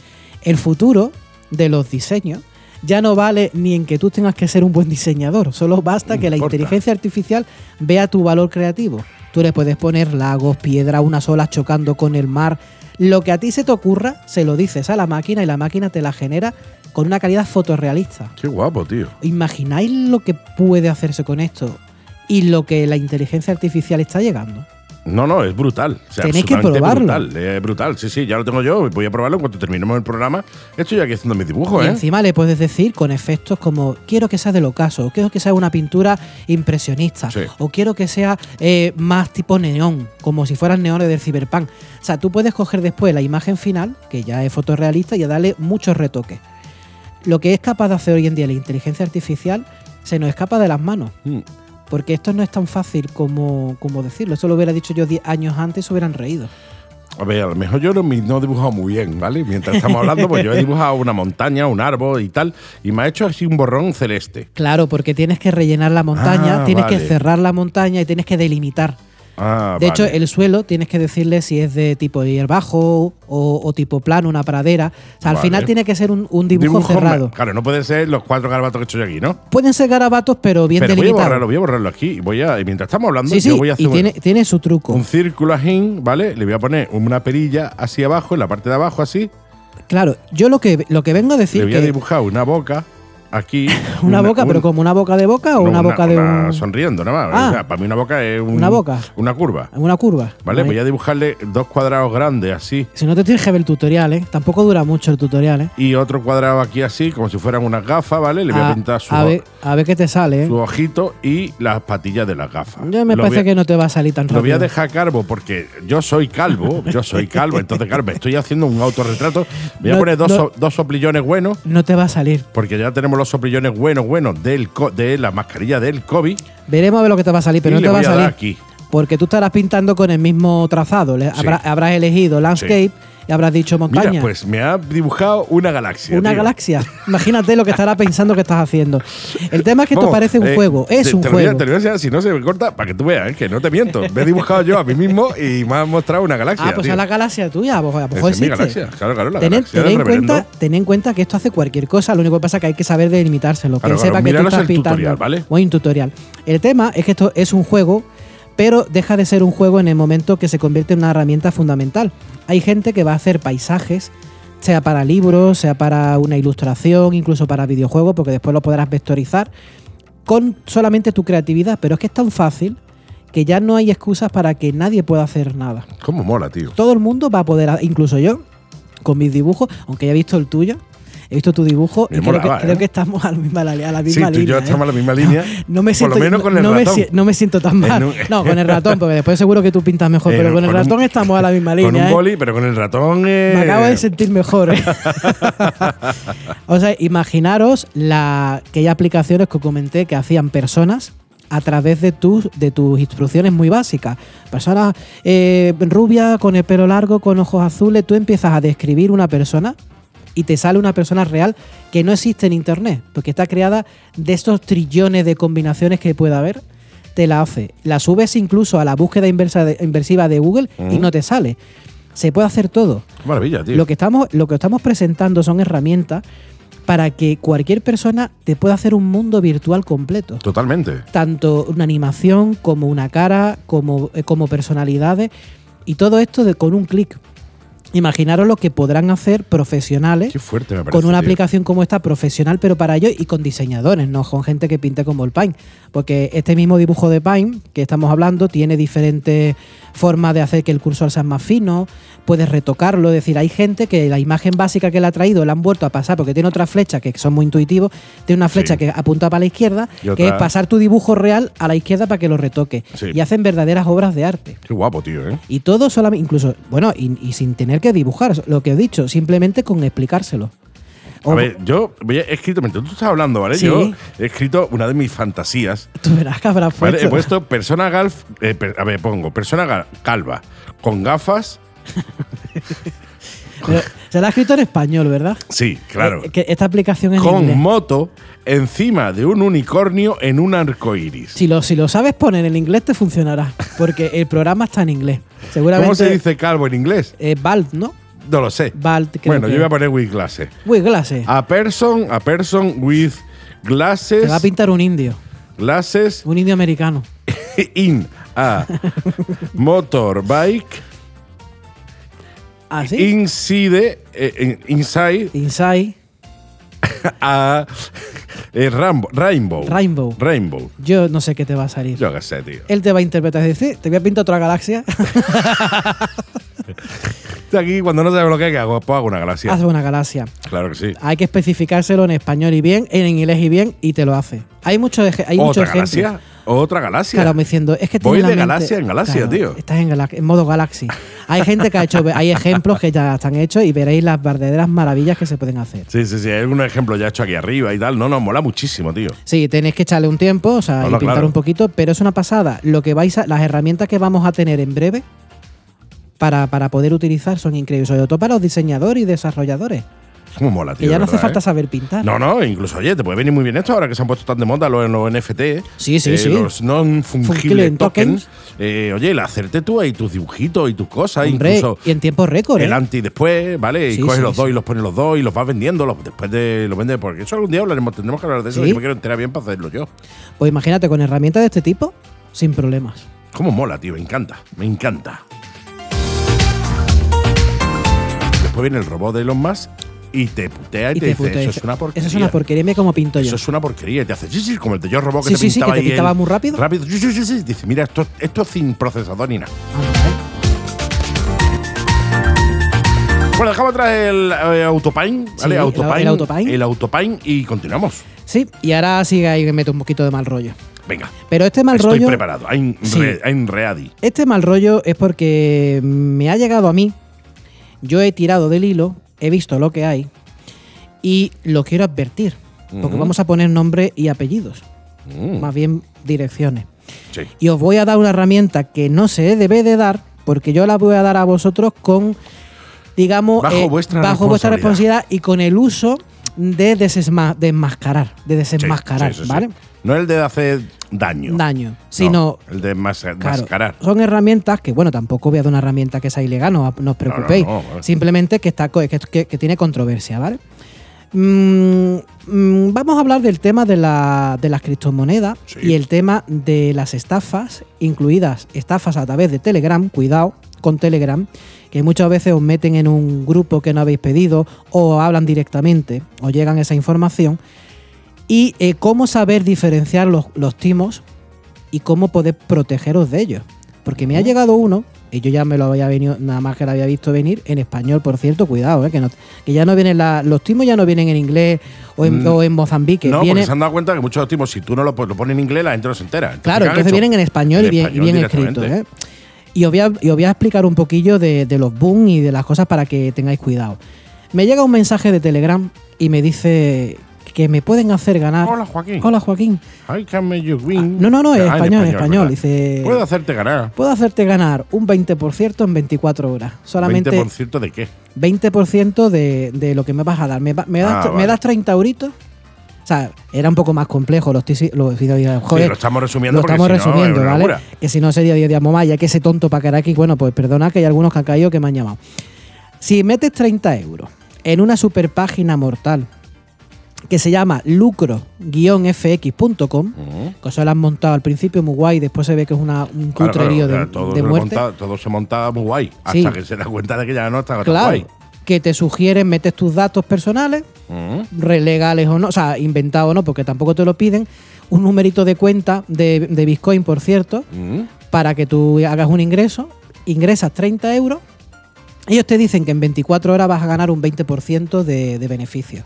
S3: el futuro de los diseños ya no vale ni en que tú tengas que ser un buen diseñador. Solo basta
S2: No
S3: que la
S2: importa.
S3: inteligencia artificial vea tu valor creativo. Tú le puedes poner lagos, piedras, unas olas chocando con el mar. Lo que a ti se te ocurra, se lo dices a la máquina y la máquina te la genera con una calidad fotorrealista.
S2: Qué guapo, tío.
S3: ¿Imagináis lo que puede hacerse con esto? Y lo que la inteligencia artificial está llegando.
S2: No, no, es brutal. O sea,
S3: Tenéis que
S2: absolutamente
S3: probarlo.
S2: Brutal, es brutal, sí, sí, ya lo tengo yo. Voy a probarlo en cuanto terminemos el programa. Estoy aquí haciendo mis dibujos,
S3: Y
S2: ¿eh?
S3: encima le puedes decir con efectos como quiero que sea del ocaso, o quiero que sea una pintura impresionista,
S2: Sí.
S3: o quiero que sea eh, más tipo neón, como si fueran neones del Cyberpunk. O sea, tú puedes coger después la imagen final, que ya es fotorrealista, y a darle muchos retoques. Lo que es capaz de hacer hoy en día la inteligencia artificial se nos escapa de las manos.
S2: Mm.
S3: Porque esto no es tan fácil como, como decirlo. Eso lo hubiera dicho yo 10 años antes, se hubieran reído.
S2: A ver, a lo mejor yo no, mi- no he dibujado muy bien, ¿vale? Mientras estamos hablando, pues yo he dibujado una montaña, un árbol y tal, y me ha hecho así un borrón celeste.
S3: Claro, porque tienes que rellenar la montaña,
S2: Ah,
S3: tienes
S2: vale.
S3: que cerrar la montaña y tienes que delimitar.
S2: Ah,
S3: de hecho,
S2: vale.
S3: el suelo tienes que decirle si es de tipo hierbajo o, o tipo plano, una pradera. O sea, al
S2: Vale.
S3: final tiene que ser un, un dibujo,
S2: Dibujo
S3: cerrado.
S2: ma- Claro, no pueden ser los cuatro garabatos que he hecho yo aquí, ¿no?
S3: Pueden ser garabatos, pero bien
S2: Pero voy a
S3: delimitados.
S2: borrarlo, voy a borrarlo aquí. y Voy a, y mientras estamos hablando,
S3: Sí, sí,
S2: yo voy a hacer
S3: y tiene, tiene su truco.
S2: un círculo ajín, ¿vale? Le voy a poner una perilla así abajo, en la parte de abajo, así.
S3: Claro, yo lo que, lo que vengo a decir
S2: le voy a
S3: que
S2: dibujar una boca aquí.
S3: una, boca,
S2: un-
S3: pero como una boca de boca o
S2: no,
S3: una, boca de
S2: una
S3: un-
S2: Sonriendo, nada más.
S3: Ah.
S2: O sea, para mí una boca es un-
S3: Una boca.
S2: Una curva.
S3: una curva.
S2: ¿Vale? Voy a dibujarle dos cuadrados grandes así
S3: Si no te tienes que ver el tutorial, ¿eh? Tampoco dura mucho el tutorial, ¿eh?
S2: y otro cuadrado aquí así, como si fueran unas gafas, ¿vale? Le voy a, pintar su,
S3: Ah, a
S2: ho-
S3: ver, a ver qué te sale, ¿eh?
S2: su ojito y las patillas de las gafas.
S3: Ya me
S2: Lo
S3: parece
S2: voy a-
S3: que no te va a salir tan
S2: Lo voy
S3: rápido.
S2: a dejar calvo porque yo soy calvo, yo soy calvo, entonces claro, me estoy haciendo un autorretrato. Voy a
S3: No,
S2: poner dos,
S3: no.
S2: so- dos soplillones buenos,
S3: No te va a salir.
S2: porque ya tenemos los soplillones buenos, buenos del co- de la mascarilla del COVID.
S3: Veremos a ver lo que te va a salir,
S2: y
S3: pero no
S2: le
S3: te va
S2: voy
S3: a
S2: a dar
S3: salir.
S2: aquí.
S3: Porque tú estarás pintando con el mismo trazado. Le-
S2: Sí.
S3: habrá- habrás elegido landscape y habrás dicho montaña.
S2: Mira, pues me ha dibujado una galaxia.
S3: una
S2: tío.
S3: galaxia. Imagínate lo que estará pensando que estás haciendo. El tema es que esto
S2: Vamos,
S3: parece un
S2: eh,
S3: juego. Es
S2: te-
S3: un
S2: te lo voy a-
S3: juego.
S2: te lo voy a enseñar, si no se me corta, para que tú veas, eh, que no te miento. Me he dibujado yo a mí mismo y me han mostrado una galaxia.
S3: Ah, pues
S2: tío.
S3: es la galaxia tuya. pues, A lo
S2: Esa
S3: mejor
S2: es mi
S3: existe.
S2: galaxia. Claro, claro, la
S3: Tened-
S2: galaxia
S3: tened
S2: del
S3: en cuenta,
S2: reverendo.
S3: tened en cuenta que esto hace cualquier cosa, lo único que pasa es que hay que saber delimitárselo, que
S2: Claro,
S3: él
S2: claro,
S3: sepa que tú
S2: míralos
S3: estás
S2: el
S3: pintando.
S2: tutorial, ¿vale?
S3: O hay un tutorial. El tema es que esto es un juego, pero deja de ser un juego en el momento que se convierte en una herramienta fundamental. Hay gente que va a hacer paisajes, sea para libros, sea para una ilustración, incluso para videojuegos, porque después lo podrás vectorizar con solamente tu creatividad, pero es que es tan fácil que ya no hay excusas para que nadie pueda hacer nada
S2: ¿Cómo mola, tío?
S3: todo el mundo va a poder, ha- incluso yo, con mis dibujos, aunque ya he visto el tuyo, he visto tu dibujo
S2: Me
S3: y creo,
S2: molaba,
S3: que, creo
S2: ¿eh?
S3: que estamos a la misma, a la misma
S2: Sí, tú y yo
S3: línea, ¿eh?
S2: estamos en la misma línea.
S3: No me
S2: Por
S3: siento,
S2: lo menos con el
S3: no me
S2: ratón.
S3: si- no me siento tan mal.
S2: En un-
S3: No, con el ratón, porque después seguro que tú pintas mejor,
S2: Eh,
S3: pero con el
S2: con un-
S3: ratón estamos a la misma
S2: Con
S3: línea.
S2: un
S3: ¿eh?
S2: boli, pero con el ratón. eh,
S3: Me acabo de sentir mejor. ¿eh? o sea, imaginaros la, aquellas aplicaciones que os comenté que hacían personas a través de tus, de tus instrucciones muy básicas. Personas eh, rubia, con el pelo largo, con ojos azules, tú empiezas a describir una persona y te sale una persona real que no existe en Internet, porque está creada de estos trillones de combinaciones que puede haber, te la hace. La subes incluso a la búsqueda inversa de- inversiva de Google y
S2: Ujú.
S3: no te sale. Se puede hacer todo.
S2: Qué maravilla, tío.
S3: Lo que, estamos, lo que estamos presentando son herramientas para que cualquier persona te pueda hacer un mundo virtual completo.
S2: Totalmente.
S3: ¿Eh? Tanto una animación como una cara, como, eh, como personalidades. Y todo esto de, con un clic. Imaginaros lo que podrán hacer profesionales
S2: Qué fuerte me parece.
S3: con una
S2: tío.
S3: aplicación como esta profesional, pero para ello y con diseñadores, no con gente que pinte como el Paint. Porque este mismo dibujo de Paint que estamos hablando tiene diferentes formas de hacer que el cursor sea más fino, puedes retocarlo, es decir, hay gente que la imagen básica que le ha traído la han vuelto a pasar porque tiene otras flechas que son muy intuitivos, tiene una flecha
S2: Sí.
S3: que apunta para la izquierda,
S2: Y
S3: que
S2: otra-
S3: es pasar tu dibujo real a la izquierda para que lo retoque.
S2: Sí.
S3: Y hacen verdaderas obras de arte.
S2: Qué guapo, tío, ¿eh?
S3: Y todo solamente, incluso, bueno, y, y sin tener que dibujar, lo que he dicho, simplemente con explicárselo.
S2: A
S3: O-
S2: ver, yo voy a- he escrito, mientras tú estás hablando, ¿vale?
S3: Sí.
S2: Yo he escrito una de mis fantasías.
S3: Tú verás que habrás
S2: ¿vale?
S3: puesto.
S2: He puesto persona galf. eh, per- a ver, pongo persona gal- calva, con gafas.
S3: Pero se la ha escrito en español, ¿verdad?
S2: Sí, claro.
S3: Eh, que esta aplicación es en
S2: con
S3: inglés.
S2: moto encima de un unicornio en un arco iris.
S3: Si lo, si lo sabes poner en inglés, te funcionará. Porque el programa está en inglés. Seguramente.
S2: ¿Cómo se dice calvo en inglés?
S3: eh, Bald, ¿no?
S2: No lo sé.
S3: Bald, creo
S2: Bueno,
S3: que-
S2: yo voy a poner Ah, with glasses.
S3: Uy, clase.
S2: A person, a person with
S3: Te va a
S2: glasses,
S3: pintar un indio.
S2: glasses
S3: Un indio americano.
S2: in a motorbike
S3: ¿Ah, sí?
S2: inside, eh, in- inside
S3: Inside.
S2: a eh, Rambo- Rainbow.
S3: Rainbow.
S2: Rainbow.
S3: Yo no sé qué te va a salir.
S2: Yo qué sé, tío.
S3: Él te va a interpretar y decir, te voy a pintar otra galaxia.
S2: Estoy Aquí cuando no sabes lo que hay, que hago, pues hago una gracia.
S3: Haz una galaxia.
S2: Claro que sí.
S3: Hay que especificárselo en español y bien, en inglés y bien, y te lo hace. Hay muchos ej- hay muchos
S2: Otra
S3: ejemplos.
S2: galaxia. Otra galaxia.
S3: Claro, me diciendo, es que
S2: Voy
S3: tiene la
S2: de
S3: mente-
S2: galaxia en galaxia,
S3: Claro,
S2: tío.
S3: Estás en, gala- en modo galaxy. Hay gente que ha hecho, hay ejemplos que ya están hechos y veréis las verdaderas maravillas que se pueden hacer.
S2: Sí, sí, sí. Hay algún ejemplo ya hecho aquí arriba y tal. No, no, mola muchísimo, tío.
S3: Sí, tenéis que echarle un tiempo, o sea, y
S2: Hola,
S3: pintar
S2: claro.
S3: un poquito, pero es una pasada. Lo que vais a, las herramientas que vamos a tener en breve para, para poder utilizar son increíbles, sobre todo para los diseñadores y desarrolladores.
S2: Cómo mola, tío.
S3: que ya no
S2: de
S3: hace
S2: verdad,
S3: falta
S2: ¿eh?
S3: saber pintar.
S2: No, no, incluso, oye, te puede venir muy bien esto ahora que se han puesto tan de moda los, los NFT.
S3: Sí, sí,
S2: eh,
S3: sí.
S2: Los non-fungible
S3: Fungible
S2: tokens.
S3: tokens.
S2: Eh, oye, la hacerte tú ahí tus dibujitos y tus cosas.
S3: Hombre,
S2: incluso
S3: y en tiempo récord,
S2: el
S3: ¿eh?
S2: anti después, ¿vale? Y
S3: Sí,
S2: coges
S3: sí,
S2: los dos
S3: sí.
S2: y los pones los dos y los vas vendiendo los, después de los vendes. Porque eso algún día hablaremos, tendremos que hablar de eso.
S3: Sí.
S2: que Yo me quiero enterar bien para hacerlo yo.
S3: Pues imagínate, con herramientas de este tipo, sin problemas.
S2: Cómo mola, tío, me encanta, me encanta. Después viene el robot de Elon Musk y te putea y, te, dice,
S3: putea,
S2: eso
S3: dice,
S2: es una porquería.
S3: Eso es una porquería, mira cómo pinto
S2: Eso
S3: yo.
S2: es una porquería. Y te hace, sí, sí, como el de yo robot que
S3: Sí,
S2: te
S3: sí, sí,
S2: pintaba
S3: que te
S2: ahí el-
S3: pintaba muy rápido.
S2: Rápido, sí, sí, sí, sí. Dice, mira, esto, esto es sin procesador ni nada.
S3: Ah, vale.
S2: Bueno, dejamos atrás el eh, Autopine,
S3: Sí,
S2: ¿vale?
S3: el-
S2: Autopine,
S3: el Autopine.
S2: el Autopine y continuamos.
S3: ¿eh? Sí, y ahora sigue ahí que mete un poquito de mal rollo.
S2: Venga.
S3: Pero este mal
S2: Estoy
S3: rollo.
S2: preparado. Hay
S3: Sí.
S2: un readi.
S3: Este mal rollo es porque me ha llegado a mí. Yo he tirado del hilo, he visto lo que hay y lo quiero advertir. Porque
S2: Ujú.
S3: vamos a poner nombre y apellidos,
S2: Mm,
S3: más bien direcciones.
S2: sí.
S3: Y os voy a dar una herramienta que no se debe de dar, porque yo la voy a dar a vosotros con, digamos, eh,
S2: Bajo vuestra
S3: bajo vuestra
S2: responsabilidad.
S3: responsabilidad y con el uso de desesma- desmascarar, de
S2: Sí,
S3: desenmascarar,
S2: sí, sí, sí.
S3: ¿vale?
S2: No el de hacer daño.
S3: Daño,
S2: No,
S3: sino
S2: el de mas-
S3: Claro,
S2: mascarar.
S3: son herramientas que, bueno, tampoco voy a dar una herramienta que sea ilegal, no, no os preocupéis.
S2: no, vale.
S3: Simplemente que, está, co- que, que- que tiene controversia, ¿vale? Mm, mm, vamos a hablar del tema de, la- de las criptomonedas
S2: Sí.
S3: y el tema de las estafas, incluidas estafas a través de Telegram, cuidado con Telegram, que muchas veces os meten en un grupo que no habéis pedido o hablan directamente, os llegan esa información. Y eh, cómo saber diferenciar los, los timos y cómo poder protegeros de ellos. Porque me ha llegado uno, y yo ya me lo había venido, nada más que lo había visto venir, en español, por cierto, cuidado, eh, que, no- que ya no vienen la- los timos ya no vienen en inglés o en,
S2: Mm.
S3: o en Mozambique.
S2: no,
S3: viene-
S2: porque se han dado cuenta que muchos de los tipos, si tú no lo, pon- lo pones en inglés, la gente no se entera.
S3: Claro,
S2: ¿qué han
S3: entonces
S2: hecho?
S3: vienen en español
S2: En
S3: y bien, y
S2: español
S3: bien escrito.
S2: directamente.
S3: ¿eh? Y, os voy a, y os voy a explicar un poquillo de, de los boom y de las cosas para que tengáis cuidado. Me llega un mensaje de Telegram y me dice que me pueden hacer ganar.
S2: Hola, Joaquín.
S3: Hola, Joaquín.
S2: Ay, can make you
S3: Ah,
S2: win.
S3: no, no, no,
S2: Ah,
S3: en
S2: en
S3: español, en español.
S2: ¿verdad?
S3: Dice. eh,
S2: Puedo hacerte ganar.
S3: Puedo hacerte ganar un 20% en 24 horas. Solamente
S2: 20% de qué?
S3: 20% de, de lo que me vas a dar. ¿Me, va- me das,
S2: Ah,
S3: tre- me
S2: vale.
S3: das 30 euritos? O sea, era un poco más complejo. Los tisi- los,
S2: Sí,
S3: joder,
S2: lo estamos resumiendo
S3: lo
S2: porque
S3: estamos
S2: si no, es
S3: resumiendo,
S2: una
S3: ¿vale?
S2: locura.
S3: Que si no sería 10 días más, ya que ese tonto para caer aquí, bueno, pues perdona que hay algunos que han caído que me han llamado. Si metes 30 euros en una super página mortal que se llama lucro-fx.com,
S2: Ujú.
S3: que se la han montado al principio muy guay, después se ve que es una,
S2: Claro,
S3: un
S2: claro,
S3: cutrerío de-
S2: ya todo
S3: de,
S2: se
S3: muerte.
S2: monta- todo se monta muy guay. Hasta
S3: Sí.
S2: que se da cuenta de que ya no está tan
S3: Claro,
S2: guay.
S3: que te sugieren, metes tus datos personales,
S2: Ujú.
S3: re- legales o no, o sea, inventado o no, porque tampoco te lo piden, un numerito de cuenta de, de Bitcoin, por cierto,
S2: Ujú.
S3: para que tú hagas un ingreso, ingresas 30 euros, ellos te dicen que en 24 horas vas a ganar un 20% de, de beneficio.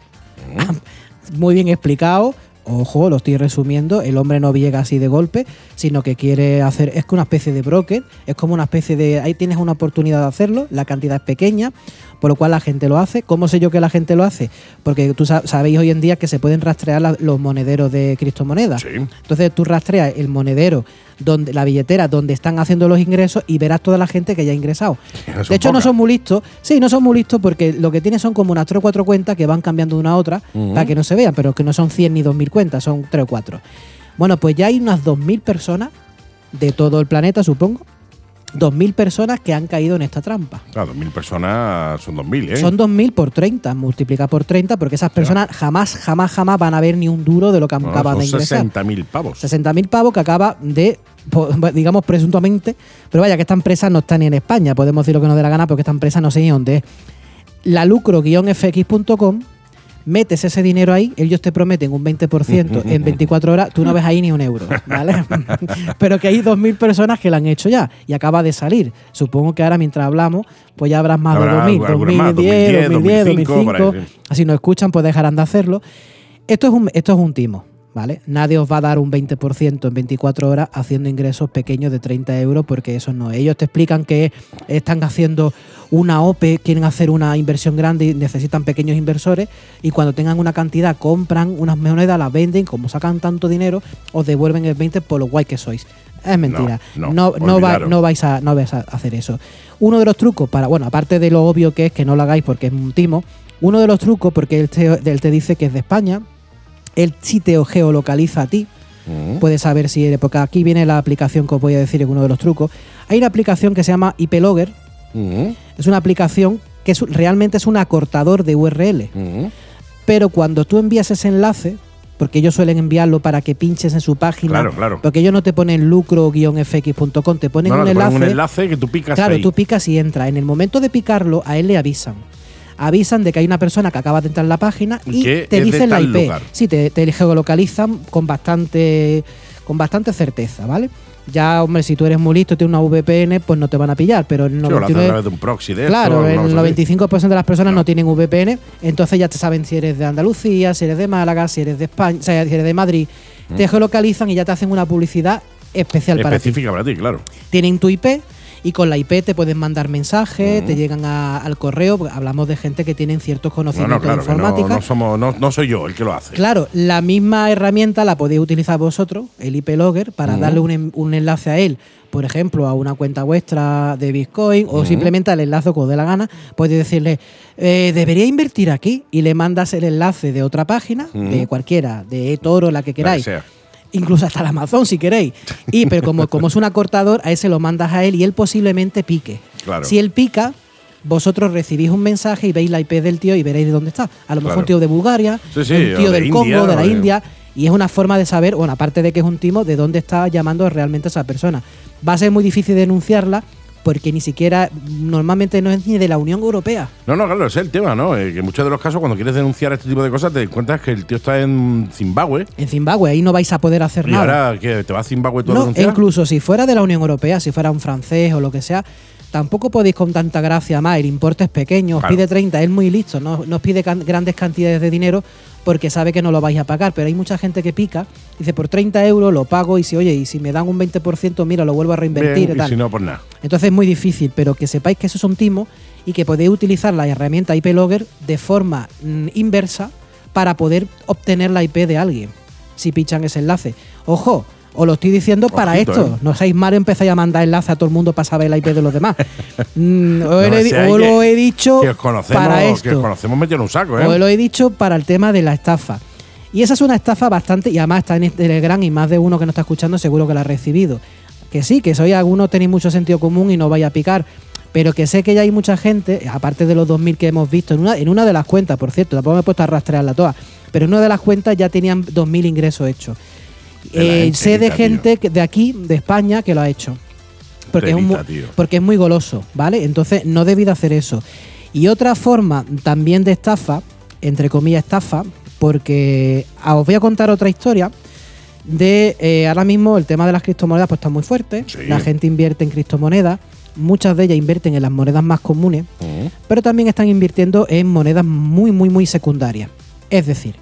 S3: Muy bien explicado. Ojo, lo estoy resumiendo, el hombre no llega así de golpe, sino que quiere hacer, es que una especie de broker, es como una especie de, ahí tienes una oportunidad de hacerlo, la cantidad es pequeña, por lo cual la gente lo hace. ¿Cómo sé yo que la gente lo hace? Porque tú sa- sabéis hoy en día que se pueden rastrear la- los monederos de criptomonedas.
S2: Sí.
S3: Entonces tú rastreas el monedero, donde, la billetera donde están haciendo los ingresos y verás toda la gente que ya ha ingresado.
S2: Son
S3: de hecho, no
S2: pocas.
S3: son muy listos. Sí, no son muy listos porque lo que tienen son como unas 3 o 4 cuentas que van cambiando de una a otra
S2: Ujú.
S3: para que no se vean, pero que no son 100 ni 2.000 cuentas, son 3 o 4. Bueno, pues ya hay unas 2.000 personas de todo el planeta, supongo. 2.000 personas que han caído en esta trampa.
S2: Claro, 2.000 personas son 2.000, ¿eh?
S3: Son 2.000 por 30, multiplica por 30, porque esas personas jamás, jamás, jamás van a ver ni un duro de lo que
S2: Bueno,
S3: acaban de
S2: son
S3: ingresar.
S2: 60.000 pavos.
S3: 60.000 pavos que acaba de, po- digamos, presuntamente, pero vaya que esta empresa no está ni en España, podemos decir lo que nos dé la gana porque esta empresa no sé ni dónde es. La lucro-fx.com, metes ese dinero ahí, ellos te prometen un 20% en 24 horas, tú no ves ahí ni un euro, ¿vale? pero que hay 2.000 personas que la han hecho ya y acaba de salir. Supongo que ahora mientras hablamos, pues ya habrás más
S2: Habrá
S3: de 2.000,
S2: algunas
S3: 2010,
S2: más,
S3: 2010, 2005,
S2: 2005, por ahí, sí.
S3: Así nos escuchan, pues dejarán de hacerlo. Esto es un, esto es un timo, ¿vale? Nadie os va a dar un 20% en 24 horas haciendo ingresos pequeños de 30 euros porque eso no. es. Ellos te explican que están haciendo una OPE, quieren hacer una inversión grande y necesitan pequeños inversores y cuando tengan una cantidad compran unas monedas, las venden, como sacan tanto dinero, os devuelven el 20 por lo guay que sois. Es mentira.
S2: no,
S3: No, no, va-
S2: olvidaros.
S3: no vais a, no vais a hacer eso. Uno de los trucos para, bueno, aparte de lo obvio que es que no lo hagáis porque es un timo, Uno de los trucos, porque él te, él te dice que es de España, él sí te geolocaliza a ti.
S2: Mm.
S3: Puedes saber si eres, porque aquí viene la aplicación que os voy a decir en uno de los trucos. Hay una aplicación que se llama IPlogger.
S2: Mm.
S3: Es una aplicación que es- realmente es un acortador de URL.
S2: Mm.
S3: Pero cuando tú envías ese enlace, porque ellos suelen enviarlo para que pinches en su página,
S2: Claro, claro.
S3: porque ellos no te ponen lucro-fx.com, te ponen
S2: No, no,
S3: un
S2: te ponen
S3: enlace.
S2: un enlace que tú picas
S3: Claro,
S2: ahí.
S3: tú picas y entra. En el momento de picarlo, a él le avisan. Avisan de que hay una persona que acaba de entrar en la página y
S2: Que
S3: te
S2: es de
S3: dicen la
S2: tal
S3: IP.
S2: lugar.
S3: Sí, te, te geolocalizan con bastante, con bastante certeza, ¿vale? Ya, hombre, si tú eres muy listo, tienes una VPN, pues no te van a pillar, pero el
S2: Sí, o lo hacen a
S3: 99
S2: través de un proxy de esto,
S3: Claro,
S2: alguna
S3: el
S2: cosa así.
S3: 95% de las personas no. tienen VPN, entonces ya te saben si eres de Andalucía, si eres de Málaga, si eres de España, o sea, si eres de Madrid.
S2: Mm.
S3: Te geolocalizan y ya te hacen una publicidad especial para ti.
S2: Específica para ti, claro.
S3: Tienen tu IP y con la IP te pueden mandar mensajes, te llegan a- al correo, porque hablamos de gente que tienen ciertos
S2: No,
S3: conocimientos
S2: no, claro.
S3: de
S2: que No,
S3: informática.
S2: no somos, no, no soy yo el que lo hace.
S3: Claro, la misma herramienta la podéis utilizar vosotros, el IP Logger, para darle un, en- un enlace a él, por ejemplo, a una cuenta vuestra de Bitcoin o simplemente al enlace que os dé la gana. Podéis decirle, eh, debería invertir aquí y le mandas el enlace de otra página, de cualquiera, de eToro, la que
S2: La que
S3: queráis
S2: sea.
S3: incluso hasta el Amazon si queréis. Y pero como, como es un acortador, a ese lo mandas a él y él posiblemente pique.
S2: Claro.
S3: Si él pica, vosotros recibís un mensaje y veis la IP del tío y veréis de dónde está. A lo mejor
S2: Claro.
S3: un tío de Bulgaria,
S2: Sí, sí,
S3: un tío
S2: o de
S3: del Congo,
S2: India,
S3: de
S2: o
S3: la
S2: de-
S3: India. Y es una forma de saber, bueno, aparte de que es un timo, de dónde está llamando realmente esa persona. Va a ser muy difícil denunciarla porque ni siquiera, normalmente no es ni de la Unión Europea.
S2: No, no, claro, ese es el tema, ¿no? Eh, que en muchos de los casos, cuando quieres denunciar este tipo de cosas, te encuentras que el tío está en Zimbabue.
S3: En Zimbabue, ahí no vais a poder hacer
S2: Y
S3: nada.
S2: ahora que te vas a Zimbabue tú a
S3: No, e
S2: denunciar.
S3: incluso si fuera de la Unión Europea, si fuera un francés o lo que sea, tampoco podéis con tanta gracia más. El importe es pequeño, os
S2: Claro.
S3: pide 30, es muy listo, no, no os pide can- grandes cantidades de dinero porque sabe que no lo vais a pagar. Pero hay mucha gente que pica, dice por 30 euros lo pago y si, oye, y si me dan un 20%, mira, lo vuelvo a
S2: Bien,
S3: reinvertir. y
S2: y
S3: tal.
S2: si no, pues nada.
S3: Entonces es muy difícil, pero que sepáis que eso es un timo y que podéis utilizar la herramienta IP Logger de forma mm, inversa para poder obtener la IP de alguien si pichan ese enlace. Ojo, os lo estoy diciendo para
S2: Ojito,
S3: esto.
S2: eh.
S3: No seáis malos, empezáis a mandar enlace a todo el mundo para saber la IP de los demás. Mm, os,
S2: No
S3: he-
S2: seáis
S3: os lo
S2: que-
S3: he dicho
S2: Que os conocemos,
S3: para esto.
S2: que os conocemos metido en un saco, ¿eh?
S3: Os lo he dicho para el tema de la estafa. Y esa es una estafa bastante, y además está en Telegram y más de uno que no está escuchando seguro que la ha recibido. Que sí, que soy algunos tenéis mucho sentido común y no vais a picar. Pero que sé que ya hay mucha gente, aparte de los 2.000 que hemos visto, en una, en una de las cuentas, por cierto, tampoco me he puesto a rastrearla toda, pero en una de las cuentas ya tenían 2.000 ingresos hechos.
S2: De la
S3: Eh,
S2: gente
S3: sé de
S2: rica, tío.
S3: gente que- de aquí, de España, que lo ha hecho porque, es,
S2: Telita,
S3: mu-
S2: tío.
S3: porque es muy goloso, ¿vale? Entonces no debí de hacer eso. Y otra forma también de estafa, entre comillas estafa, porque ah, os voy a contar otra historia de eh, ahora mismo el tema de las criptomonedas pues está muy fuerte,
S2: Sí.
S3: la gente invierte en criptomonedas, muchas de ellas invierten en las monedas más comunes,
S2: Mm.
S3: pero también están invirtiendo en monedas muy, muy, muy secundarias. Es decir,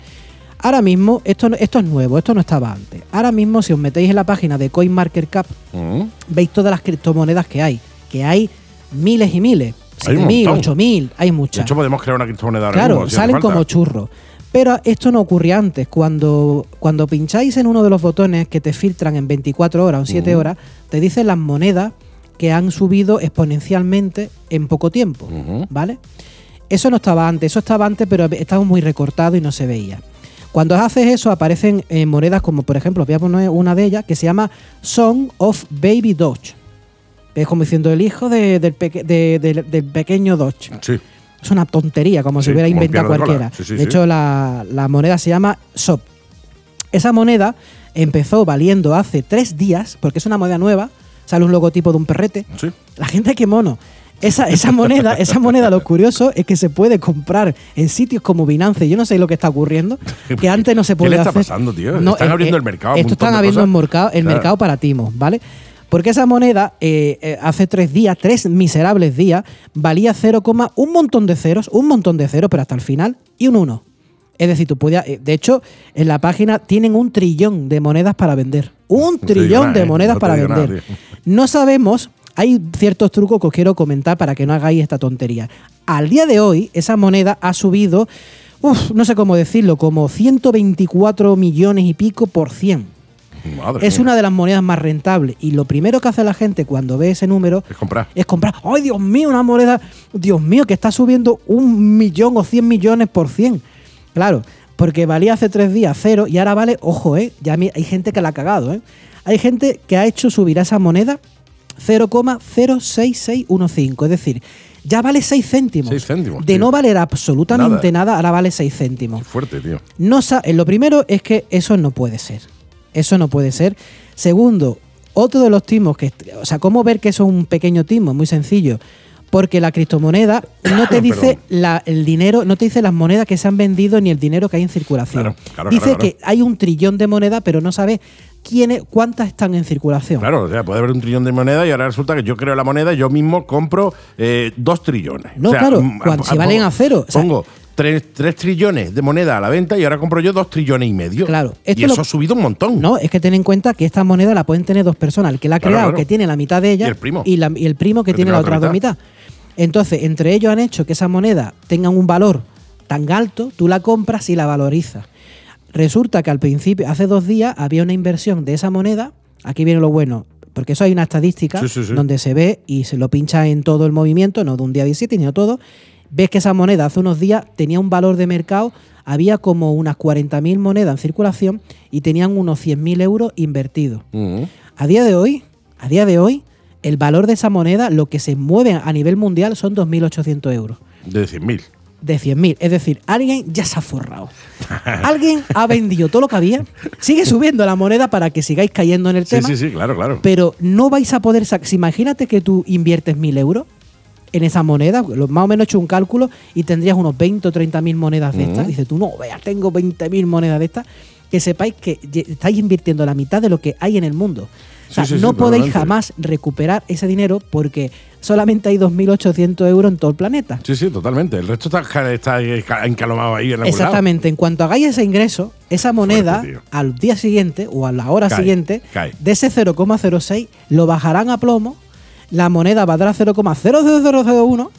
S3: ahora mismo, esto, no- esto es nuevo, esto no estaba antes. Ahora mismo, si os metéis en la página de CoinMarketCap,
S2: Mm.
S3: veis todas las criptomonedas que hay, que hay miles y miles,
S2: Hay un
S3: 7.000,
S2: montón.
S3: 8.000, hay
S2: De
S3: muchas.
S2: hecho, podemos crear una criptomoneda ahora
S3: Claro,
S2: mismo, si hace
S3: salen
S2: falta.
S3: como churros. Pero esto no ocurría antes. Cuando, cuando pincháis en uno de los botones que te filtran en 24 horas o en 7 horas, te dicen las monedas que han subido exponencialmente en poco tiempo.
S2: Ujú.
S3: ¿Vale? Eso no estaba antes, eso estaba antes, pero estaba muy recortado y no se veía. Cuando haces eso aparecen eh, monedas como, por ejemplo, os voy a poner una de ellas que se llama Song of Baby Dodge. Es como diciendo el hijo de- del, peque- de- del- del pequeño Dodge.
S2: Sí.
S3: Es una tontería, como
S2: Sí,
S3: si hubiera
S2: como un
S3: inventado
S2: piano de cola.
S3: cualquiera.
S2: Sí, sí,
S3: de
S2: sí.
S3: hecho, la, la moneda se llama SOP. Esa moneda empezó valiendo hace tres días, porque es una moneda nueva, sale un logotipo de un perrete.
S2: Sí.
S3: La gente, qué mono. Esa, esa moneda, esa moneda, lo curioso es que se puede comprar en sitios como Binance. Yo no sé lo que está ocurriendo, que antes no se
S2: ¿Qué
S3: podía
S2: le está
S3: hacer. eh,
S2: pasando, tío? Están abriendo el mercado a un
S3: Esto
S2: montón
S3: están
S2: de
S3: abriendo el
S2: cosas.
S3: mercado, el
S2: Claro.
S3: mercado para timos, ¿vale? Porque esa moneda eh, eh, hace tres días, tres miserables días, valía 0, un montón de ceros, un montón de ceros, pero hasta el final, y un 1. Es decir, tú podías. eh, De hecho, en la página tienen un trillón de monedas para vender. Un
S2: te digo
S3: trillón
S2: nada,
S3: de
S2: ¿eh?
S3: monedas
S2: No te
S3: para
S2: digo nada,
S3: vender.
S2: tío.
S3: No sabemos, hay ciertos trucos que os quiero comentar para que no hagáis esta tontería. Al día de hoy, esa moneda ha subido, uf, no sé cómo decirlo, como 124 millones y pico por cien.
S2: Madre
S3: Es
S2: mía.
S3: una de las monedas más rentables. Y lo primero que hace la gente cuando ve ese número
S2: Es comprar.
S3: es comprar, ¡ay Dios mío, una moneda! Dios mío, que está subiendo un millón o 100 millones por cien. Claro, porque valía hace tres días cero y ahora vale, ojo, ¿eh? Ya mi- hay gente que la ha cagado, ¿eh? Hay gente que ha hecho subir a esa moneda 0,06615. Es decir, ya vale 6 céntimos.
S2: Seis céntimos,
S3: De
S2: tío.
S3: no valer absolutamente nada, ahora vale 6 céntimos.
S2: Qué fuerte, tío.
S3: No sa- eh, lo primero es que eso no puede ser. Eso no puede ser. Segundo, otro de los timos que. O sea, ¿cómo ver que eso es un pequeño timo? Es Muy sencillo. Porque la criptomoneda no te dice
S2: Perdón.
S3: la- el dinero, no te dice las monedas que se han vendido ni el dinero que hay en circulación.
S2: Claro, claro,
S3: dice
S2: claro,
S3: que hay un trillón de monedas, pero no sabe quiénes, cuántas están en circulación.
S2: Claro, o sea, puede haber un trillón de monedas y ahora resulta que yo creo la moneda y yo mismo compro eh, dos trillones.
S3: No,
S2: O sea,
S3: claro,
S2: mm,
S3: cuando
S2: ah,
S3: se valen
S2: pongo-
S3: a cero, o sea-
S2: pongo tres, tres trillones de moneda a la venta y ahora compro yo dos trillones y medio.
S3: Claro, esto
S2: Y eso
S3: lo-
S2: ha subido un montón.
S3: No, es que ten en cuenta que esta moneda la pueden tener dos personas, el que la ha
S2: Claro,
S3: creado,
S2: claro.
S3: que tiene la mitad de ella,
S2: Y el primo.
S3: la- y el primo que, tiene la otra, mitad. Entonces, entre ellos han hecho que esa moneda tenga un valor tan alto, tú la compras y la valorizas. Resulta que al principio, hace dos días, había una inversión de esa moneda, aquí viene lo bueno, porque eso hay una estadística
S2: Sí, sí, sí.
S3: donde se ve y se lo pincha en todo el movimiento, no de un día 17, sino todo, ves que esa moneda hace unos días tenía un valor de mercado, había como unas 40.000 monedas en circulación y tenían unos 100.000 euros invertidos.
S2: Mm.
S3: A día de hoy, a día de hoy, el valor de esa moneda, lo que se mueve a nivel mundial son 2.800 euros
S2: De 100.000.
S3: de 100.000. Es decir, alguien ya se ha forrado. Alguien ha vendido todo lo que había. Sigue subiendo la moneda para que sigáis cayendo en el
S2: Sí,
S3: tema.
S2: sí, sí, claro, claro.
S3: Pero no vais a poder sacar. Imagínate que tú inviertes 1.000 euros en esa moneda, lo- más o menos he hecho un cálculo, y tendrías unos 20 o 30 mil monedas de
S2: Mm.
S3: estas. Dices tú, no, vea, tengo 20 mil monedas de estas. Que sepáis que ye- estáis invirtiendo la mitad de lo que hay en el mundo. O sea,
S2: Sí, sí, sí,
S3: no podéis
S2: totalmente.
S3: jamás recuperar ese dinero porque solamente hay 2.800 euros en todo el planeta.
S2: Sí, sí, totalmente. El resto está, ca- está ca- encalomado ahí en algún
S3: Exactamente, en cuanto hagáis ese ingreso, esa moneda
S2: tío.
S3: al día siguiente o a la hora
S2: Cae,
S3: siguiente,
S2: cae.
S3: de ese 0,06 lo bajarán a plomo, la moneda valdrá 0,00001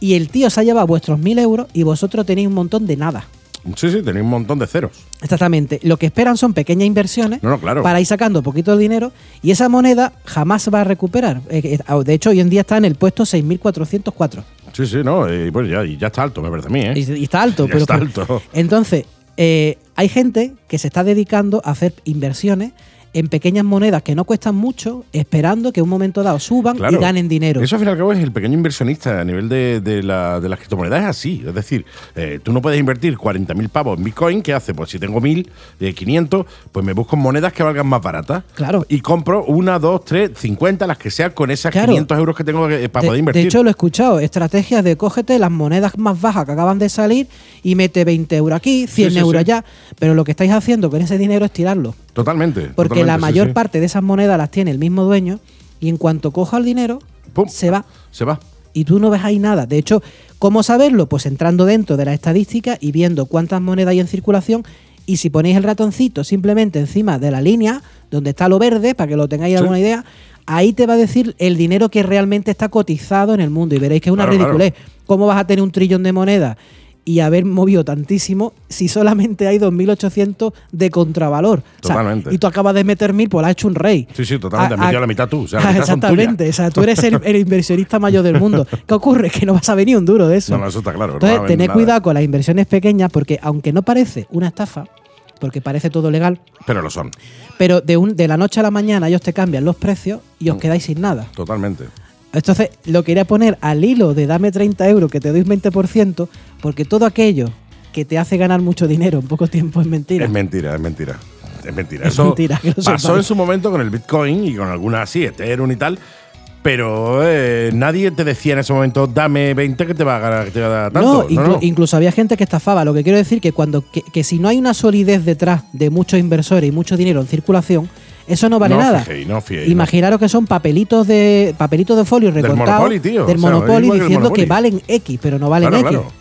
S3: y el tío se ha llevado vuestros 1000 euros y vosotros tenéis un montón de nada.
S2: lado. Sí, sí, tenéis un montón de ceros.
S3: Exactamente, lo que esperan son pequeñas inversiones
S2: No, no, claro.
S3: para ir sacando poquito de dinero y esa moneda jamás se va a recuperar. Eh, eh, De hecho, hoy en día está en el puesto 6404.
S2: Sí, sí, no. Y bueno, ya, y ya está alto, me parece a mí, ¿eh?
S3: Y, y está alto,
S2: Ya
S3: pero,
S2: está
S3: pero-
S2: alto.
S3: Entonces, eh, hay gente que se está dedicando a hacer inversiones en pequeñas monedas que no cuestan mucho, esperando que en un momento dado suban
S2: Claro.
S3: y ganen dinero.
S2: Eso al fin y al cabo es el pequeño inversionista a nivel de, de la- de las criptomonedas, es así. Es decir, eh, tú no puedes invertir 40.000 pavos en Bitcoin, ¿qué hace? Pues si tengo 1.000, eh, 500, pues me busco monedas que valgan más baratas.
S3: Claro.
S2: Y compro una, dos, tres, 50, las que sean con esas
S3: Claro.
S2: 500 euros que tengo que- para
S3: De-
S2: poder
S3: de,
S2: invertir.
S3: hecho, lo he escuchado, estrategias de cógete las monedas más bajas que acaban de salir y mete 20 euros aquí, 100
S2: sí,
S3: euros
S2: sí.
S3: allá, pero lo que estáis haciendo con ese dinero es tirarlo.
S2: totalmente.
S3: Porque
S2: totalmente,
S3: la
S2: sí,
S3: mayor
S2: sí.
S3: parte de esas monedas las tiene el mismo dueño y en cuanto coja el dinero,
S2: Pum.
S3: se va.
S2: Se va.
S3: y tú no ves ahí nada. De hecho, ¿cómo saberlo? Pues entrando dentro de la estadística y viendo cuántas monedas hay en circulación. Y si ponéis el ratoncito simplemente encima de la línea, donde está lo verde, para que lo tengáis
S2: Sí.
S3: alguna idea, ahí te va a decir el dinero que realmente está cotizado en el mundo. Y veréis que es una
S2: Claro, claro.
S3: ridiculez. ¿Cómo vas a tener un trillón de monedas y haber movido tantísimo si solamente hay 2.800 de contravalor? O sea,
S2: Totalmente.
S3: y tú acabas de meter mil, pues la ha hecho un rey.
S2: Sí, sí, totalmente, has metido la mitad tú, o sea, la
S3: Ah,
S2: mitad son tuyas.
S3: exactamente. O sea, tú eres el, el inversionista mayor del mundo. ¿Qué ocurre? Que no vas a venir un duro de eso.
S2: No, no, eso está claro, no va a
S3: Entonces,
S2: venir
S3: tened
S2: nada.
S3: cuidado con las inversiones pequeñas porque aunque no parece una estafa, porque parece todo legal,
S2: Pero lo son.
S3: pero de, un- de la noche a la mañana ellos te cambian los precios y
S2: Mm.
S3: os quedáis sin nada.
S2: Totalmente.
S3: Entonces, lo quería poner al hilo de dame 30 euros que te doy un 20% porque todo aquello que te hace ganar mucho dinero en poco tiempo es mentira.
S2: Es mentira, es mentira. Es mentira.
S3: Es
S2: Eso
S3: mentira, que no se
S2: pasó
S3: pague.
S2: en su momento con el Bitcoin y con alguna así, Ethereum y tal. Pero eh, nadie te decía en ese momento, dame 20 que te va a ganar, que te va a dar tanto.
S3: No, inclu- incluso había gente que estafaba. Lo que quiero decir que cuando que, que si no hay una solidez detrás de muchos inversores y mucho dinero en circulación, eso no vale
S2: No
S3: nada.
S2: fijéis, no fijéis, no.
S3: Imaginaros que son papelitos de papelitos de folio recortados
S2: Monopoly, tío,
S3: del
S2: o sea, igual
S3: Monopoly
S2: que el
S3: diciendo
S2: Monopoly.
S3: que valen X, pero no valen
S2: Claro,
S3: X.
S2: claro.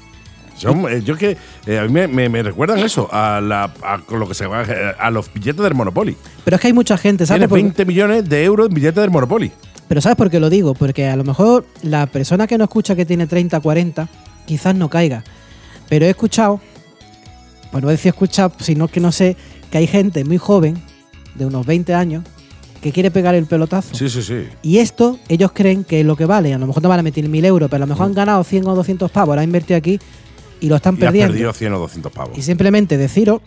S2: Son, eh, yo que eh, a mí me, me- me recuerdan eso, a, la, a con lo que se llama, eh, a los billetes del Monopoly.
S3: Pero es que hay mucha gente, ¿sabes?
S2: Tienes
S3: por-
S2: 20 millones de euros en billetes del Monopoly.
S3: Pero ¿sabes por qué lo digo? Porque a lo mejor la persona que no escucha que tiene 30, 40, quizás no caiga. Pero he escuchado, bueno, no decir escuchar, sino que no sé, que hay gente muy joven de unos 20 años que quiere pegar el pelotazo.
S2: Sí, sí, sí.
S3: Y esto, ellos creen que es lo que vale. A lo mejor te van a meter mil euros, pero a lo mejor han ganado 100 o 200 pavos, han invertido aquí y lo están
S2: Mm. Y has
S3: perdiendo.
S2: perdido 100 o 200 pavos.
S3: Y simplemente deciros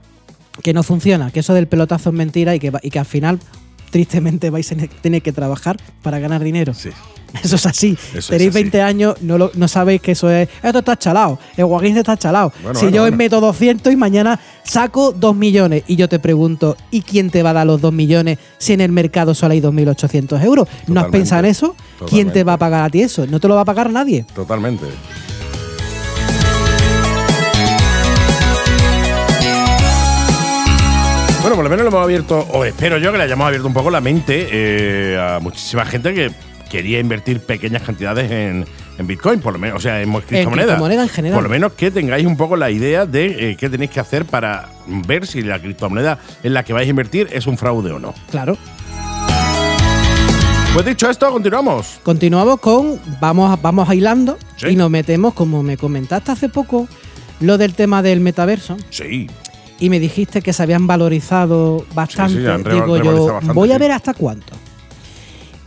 S3: que no funciona, que eso del pelotazo es mentira y que, va- y que al final, tristemente, vais a ne- tener que trabajar para ganar dinero.
S2: Sí.
S3: Eso es así.
S2: Eso es
S3: Tenéis
S2: así.
S3: 20 años, no, lo- no sabéis que eso es. Esto está chalado. El guaguín está chalado.
S2: Bueno,
S3: si
S2: bueno,
S3: yo
S2: bueno.
S3: meto 200 y mañana saco 2 millones y yo te pregunto, ¿y quién te va a dar los 2 millones si en el mercado solo hay 2.800 euros? ¿No has
S2: Totalmente.
S3: pensado en eso? ¿Quién te
S2: Totalmente.
S3: va a pagar a ti eso? No te lo va a pagar nadie.
S2: Totalmente. Bueno, por lo menos le hemos abierto, o espero yo que le hayamos abierto un poco la mente eh, a muchísima gente que quería invertir pequeñas cantidades en, en Bitcoin, por lo menos, o sea, en mo- criptomonedas.
S3: criptomoneda en general.
S2: Por lo menos que tengáis un poco la idea de eh, qué tenéis que hacer para ver si la criptomoneda en la que vais a invertir es un fraude o no.
S3: Claro.
S2: Pues dicho esto, continuamos.
S3: Continuamos con vamos, vamos hilando
S2: Sí.
S3: y nos metemos, como me comentaste hace poco, lo del tema del metaverso.
S2: Sí,
S3: Y me dijiste que se habían valorizado bastante.
S2: han re-
S3: Digo
S2: revalorizado
S3: yo,
S2: bastante,
S3: voy a
S2: sí.
S3: ver hasta cuánto.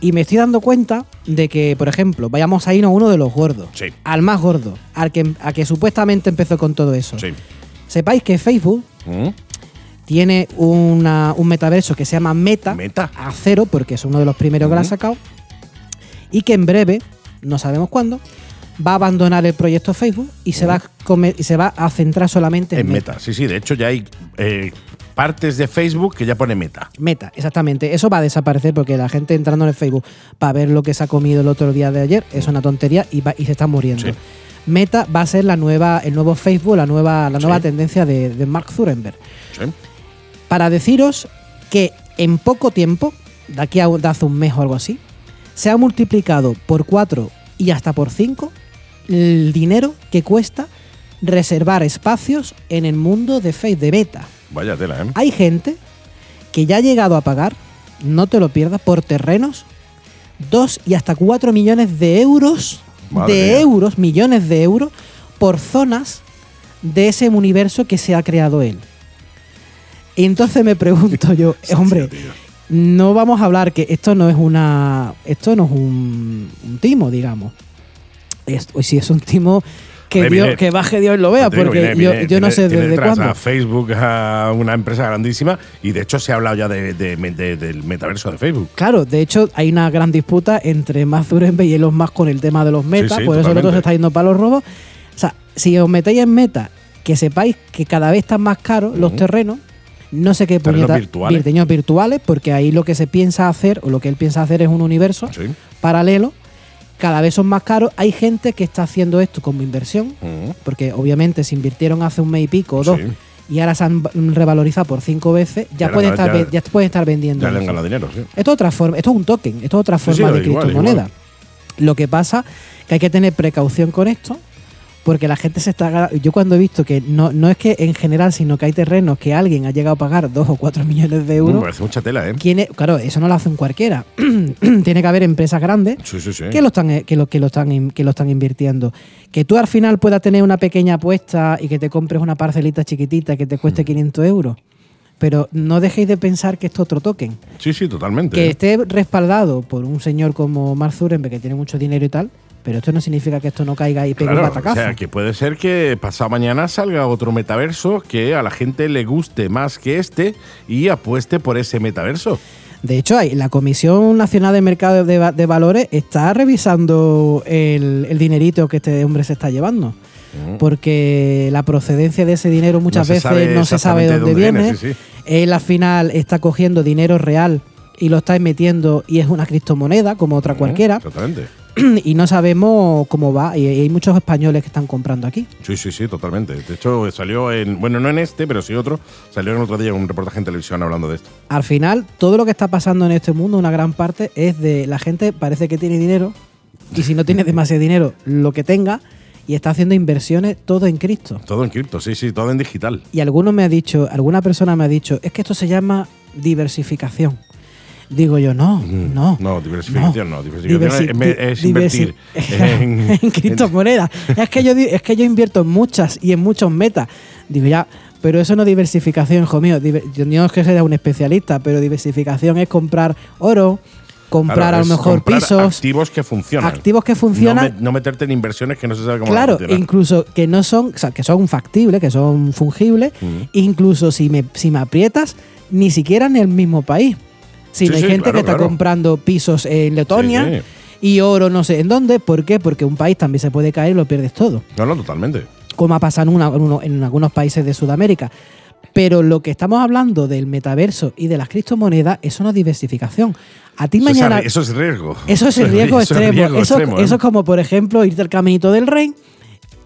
S3: Y me estoy dando cuenta de que, por ejemplo, vayamos a irnos a uno de los gordos.
S2: Sí.
S3: Al más gordo, al que, a que supuestamente empezó con todo eso.
S2: sí.
S3: Sepáis que Facebook
S2: ¿Mm?
S3: tiene una- un metaverso que se llama Meta,
S2: Meta.
S3: a cero, porque es uno de los primeros que lo han
S2: Ujú.
S3: sacado, y que en breve, no sabemos cuándo, va a abandonar el proyecto Facebook y se, va, a come- y se va a centrar solamente en,
S2: En meta. sí, sí. De hecho, ya hay eh, partes de Facebook que ya pone meta.
S3: Meta, exactamente. Eso va a desaparecer porque la gente entrando en el Facebook para ver lo que se ha comido el otro día de ayer es una tontería y, va- y se está muriendo.
S2: Sí.
S3: Meta va a ser la nueva, el nuevo Facebook, la nueva, la nueva
S2: Sí.
S3: tendencia de, de Mark Zuckerberg.
S2: Sí.
S3: Para deciros que en poco tiempo, de aquí a un- de hace un mes o algo así, se ha multiplicado por 4 y hasta por 5 el dinero que cuesta reservar espacios en el mundo de Facebook, de Meta.
S2: Vaya tela, ¿eh?
S3: Hay gente que ya ha llegado a pagar, no te lo pierdas, por terrenos, 2 y hasta 4 millones de euros,
S2: Madre
S3: de
S2: mía.
S3: euros, millones de euros, por zonas de ese universo que se ha creado él. Y entonces me pregunto yo, eh, hombre, no vamos a hablar que esto no es una. Esto no es un, un timo, digamos. Esto, si es un timo que,
S2: Hombre,
S3: Dios-
S2: viene-
S3: que baje Dios y lo vea,
S2: Te digo,
S3: porque
S2: viene-
S3: yo,
S2: viene-
S3: yo no
S2: tiene-
S3: sé
S2: tiene
S3: desde
S2: detrás
S3: cuándo.
S2: a Facebook, a una empresa grandísima, y de hecho se ha hablado ya de- de- de- del metaverso de Facebook.
S3: Claro, de hecho hay una gran disputa entre Mark Zuckerberg y Elon Musk con el tema de los metas,
S2: sí,
S3: por eso el
S2: totalmente.
S3: otro se está yendo para los robos. O sea, si os metéis en meta, que sepáis que cada vez están más caros los
S2: Ujú.
S3: terrenos, no sé qué
S2: Terrenos
S3: puñetas-
S2: virtuales.
S3: vir- terrenos virtuales, porque ahí lo que se piensa hacer o lo que él piensa hacer es un universo
S2: Sí.
S3: paralelo, cada vez son más caros. Hay gente que está haciendo esto como inversión,
S2: Mm.
S3: porque obviamente se invirtieron hace un mes y pico o dos
S2: Sí.
S3: y ahora se han mm, revalorizado por cinco veces, ya,
S2: Ya le
S3: puede
S2: han
S3: estar,
S2: ganado-
S3: ve- ya, puede estar vendiendo.
S2: Ya le han
S3: eso.
S2: ganado dinero, sí.
S3: Esto es otra forma, esto es un token, esto es otra
S2: Sí,
S3: forma
S2: sí,
S3: de
S2: igual,
S3: criptomoneda.
S2: igual.
S3: Lo que pasa que hay que tener precaución con esto, porque la gente se está ga- yo cuando he visto que no, no es que en general, sino que hay terrenos que alguien ha llegado a pagar dos o cuatro millones de
S2: Me
S3: euros,
S2: parece mucha tela, ¿eh?
S3: ¿quién es? claro, eso no lo hacen cualquiera. Tiene que haber empresas grandes
S2: Sí, sí, sí.
S3: que lo están eh, que lo, que lo están in- que lo están invirtiendo. Que tú al final puedas tener una pequeña apuesta y que te compres una parcelita chiquitita que te
S2: Mm.
S3: cueste 500 euros. Pero no dejéis de pensar que esto es otro token
S2: Sí, sí, totalmente.
S3: que este,
S2: ¿eh?
S3: esté respaldado por un señor como Mark Zuckerberg que tiene mucho dinero y tal, pero esto no significa que esto no caiga y pegue
S2: Claro, o
S3: un batacazo.
S2: sea, que puede ser que pasado mañana salga otro metaverso que a la gente le guste más que este y apueste por ese metaverso.
S3: De hecho, hay- la Comisión Nacional de Mercado de, Va- de Valores está revisando el, el dinerito que este hombre se está llevando.
S2: Mm.
S3: Porque la procedencia de ese dinero muchas
S2: se sabe
S3: veces no se sabe
S2: exactamente
S3: dónde,
S2: dónde
S3: viene.
S2: viene, sí, sí.
S3: Él al final está cogiendo dinero real y lo está metiendo y es una criptomoneda como otra
S2: Mm,
S3: cualquiera
S2: Exactamente.
S3: y no sabemos cómo va y y hay muchos españoles que están comprando aquí.
S2: Sí, sí, sí, totalmente. De hecho, salió en. Bueno, no en este, pero sí otro. Salió en otro día un reportaje en televisión hablando de esto.
S3: al final, todo lo que está pasando en este mundo, una gran parte, es de la gente parece que tiene dinero, y si no tiene demasiado dinero, lo que tenga, y está haciendo inversiones todo en Cristo.
S2: Todo en cripto, sí, sí, todo en digital.
S3: Y alguno me ha dicho, alguna persona me ha dicho, es que esto se llama diversificación. Digo yo, no, no.
S2: Mm. No, diversificación no.
S3: Diversi-
S2: Diversificación es- es,
S3: di-
S2: invertir.
S3: diversi- en criptomonedas. es, que yo, di- es que yo invierto en muchas y en muchos metas. Digo, ya, Pero eso no es diversificación, hijo mío. Diver- yo no es que sea un especialista, pero diversificación es comprar oro, comprar
S2: Claro,
S3: a lo
S2: es
S3: mejor
S2: comprar
S3: pisos,
S2: Activos que funcionan.
S3: activos que
S2: No,
S3: funcionan.
S2: me- no meterte en inversiones que no se sabe cómo van a
S3: Claro,
S2: funcionar.
S3: incluso que no son, o sea, que son factibles, que son fungibles,
S2: Mm.
S3: incluso si me, si me aprietas, ni siquiera en el mismo país. Si
S2: Sí,
S3: hay
S2: sí,
S3: gente
S2: claro,
S3: que está
S2: claro.
S3: comprando pisos en Letonia
S2: Sí, sí.
S3: y oro no sé en dónde, ¿por qué? Porque un país también se puede caer y lo pierdes todo,
S2: No, no, totalmente.
S3: como ha pasado en, una- en uno- en algunos países de Sudamérica. Pero lo que estamos hablando del metaverso y de las criptomonedas, eso no es diversificación. A ti
S2: Eso es
S3: mañana...
S2: arri- Eso es riesgo.
S3: Eso es el riesgo
S2: Eso es
S3: extremo.
S2: riesgo
S3: eso,
S2: extremo, ¿eh?
S3: eso es como, por ejemplo, irte al caminito del rey,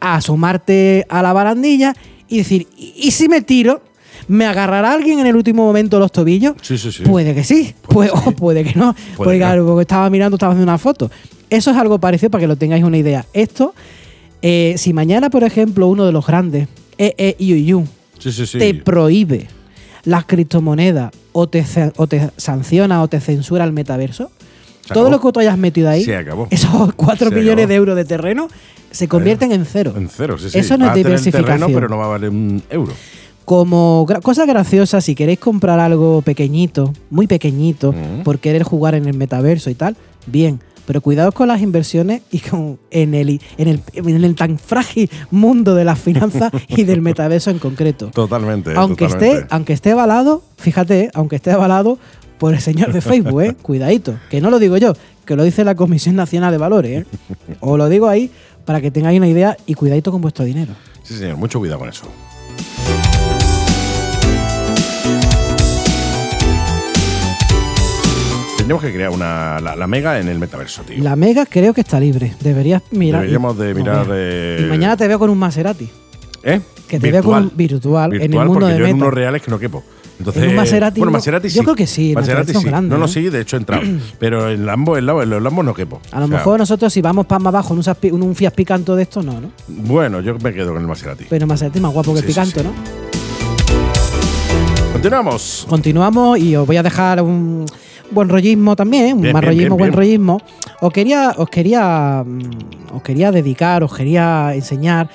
S3: asomarte a la barandilla y decir, ¿y y si me tiro? ¿Me agarrará alguien en el último momento los tobillos?
S2: Sí, sí, sí.
S3: Puede que sí,
S2: Puede
S3: puede,
S2: que sí.
S3: o puede que no. porque,
S2: que no.
S3: claro, porque estaba mirando, estaba haciendo una foto. Eso es algo parecido para que lo tengáis una idea. Esto, eh, si mañana, por ejemplo, uno de los grandes, eh, EEIUU,
S2: Sí, sí, sí.
S3: te prohíbe las criptomonedas o te, ce- o te sanciona o te censura el metaverso,
S2: Se
S3: todo
S2: acabó.
S3: lo que tú hayas metido ahí,
S2: Se acabó.
S3: esos 4
S2: Se
S3: millones
S2: acabó.
S3: de euros de terreno, se convierten en cero.
S2: En cero, sí, sí.
S3: Eso no
S2: Va
S3: es
S2: a tener
S3: diversificación.
S2: terreno, pero no va a valer un euro.
S3: Como gra- cosa graciosa, si queréis comprar algo pequeñito, muy pequeñito,
S2: Mm.
S3: por querer jugar en el metaverso y tal, bien. Pero cuidado con las inversiones y con en el, en el, en el tan frágil mundo de las finanzas y del metaverso en concreto.
S2: Totalmente.
S3: aunque
S2: totalmente.
S3: esté, aunque esté avalado, fíjate, eh, aunque esté avalado por el señor de Facebook, eh, cuidadito, que no lo digo yo, que lo dice la Comisión Nacional de Valores, eh. Os lo digo ahí para que tengáis una idea y cuidadito con vuestro dinero.
S2: Sí, señor, mucho cuidado con eso. Tenemos que crear una, la, la mega en el metaverso, tío.
S3: La Mega creo que está libre, deberías mirar.
S2: Deberíamos de
S3: No,
S2: mirar,
S3: vea.
S2: eh,
S3: Y mañana te veo con un Maserati,
S2: ¿Eh?
S3: que te veo con un virtual, en el mundo
S2: porque
S3: de
S2: yo en
S3: Meta.
S2: unos reales que no quepo. Entonces,
S3: En un Maserati
S2: Bueno,
S3: no-
S2: Maserati sí.
S3: yo creo que sí,
S2: Maserati
S3: Maserati son
S2: sí.
S3: grandes,
S2: no, no,
S3: ¿no?
S2: sí, de hecho he entrado. pero en Lambo, en, Lambo, en los Lambo no quepo.
S3: A lo
S2: O sea,
S3: mejor nosotros si vamos para más abajo en un, Saspi- en un Fiat Picanto de esto, no, ¿no?
S2: Bueno, yo me quedo con el Maserati.
S3: Pero el Maserati es más guapo que el
S2: Sí, sí,
S3: Picanto,
S2: sí.
S3: ¿no?
S2: Continuamos.
S3: Continuamos y os voy a dejar un buen rollismo también, ¿eh? un
S2: Bien,
S3: mal
S2: bien,
S3: rollismo,
S2: bien,
S3: buen
S2: bien.
S3: rollismo. Os quería, os quería, mm, os quería dedicar, os quería enseñar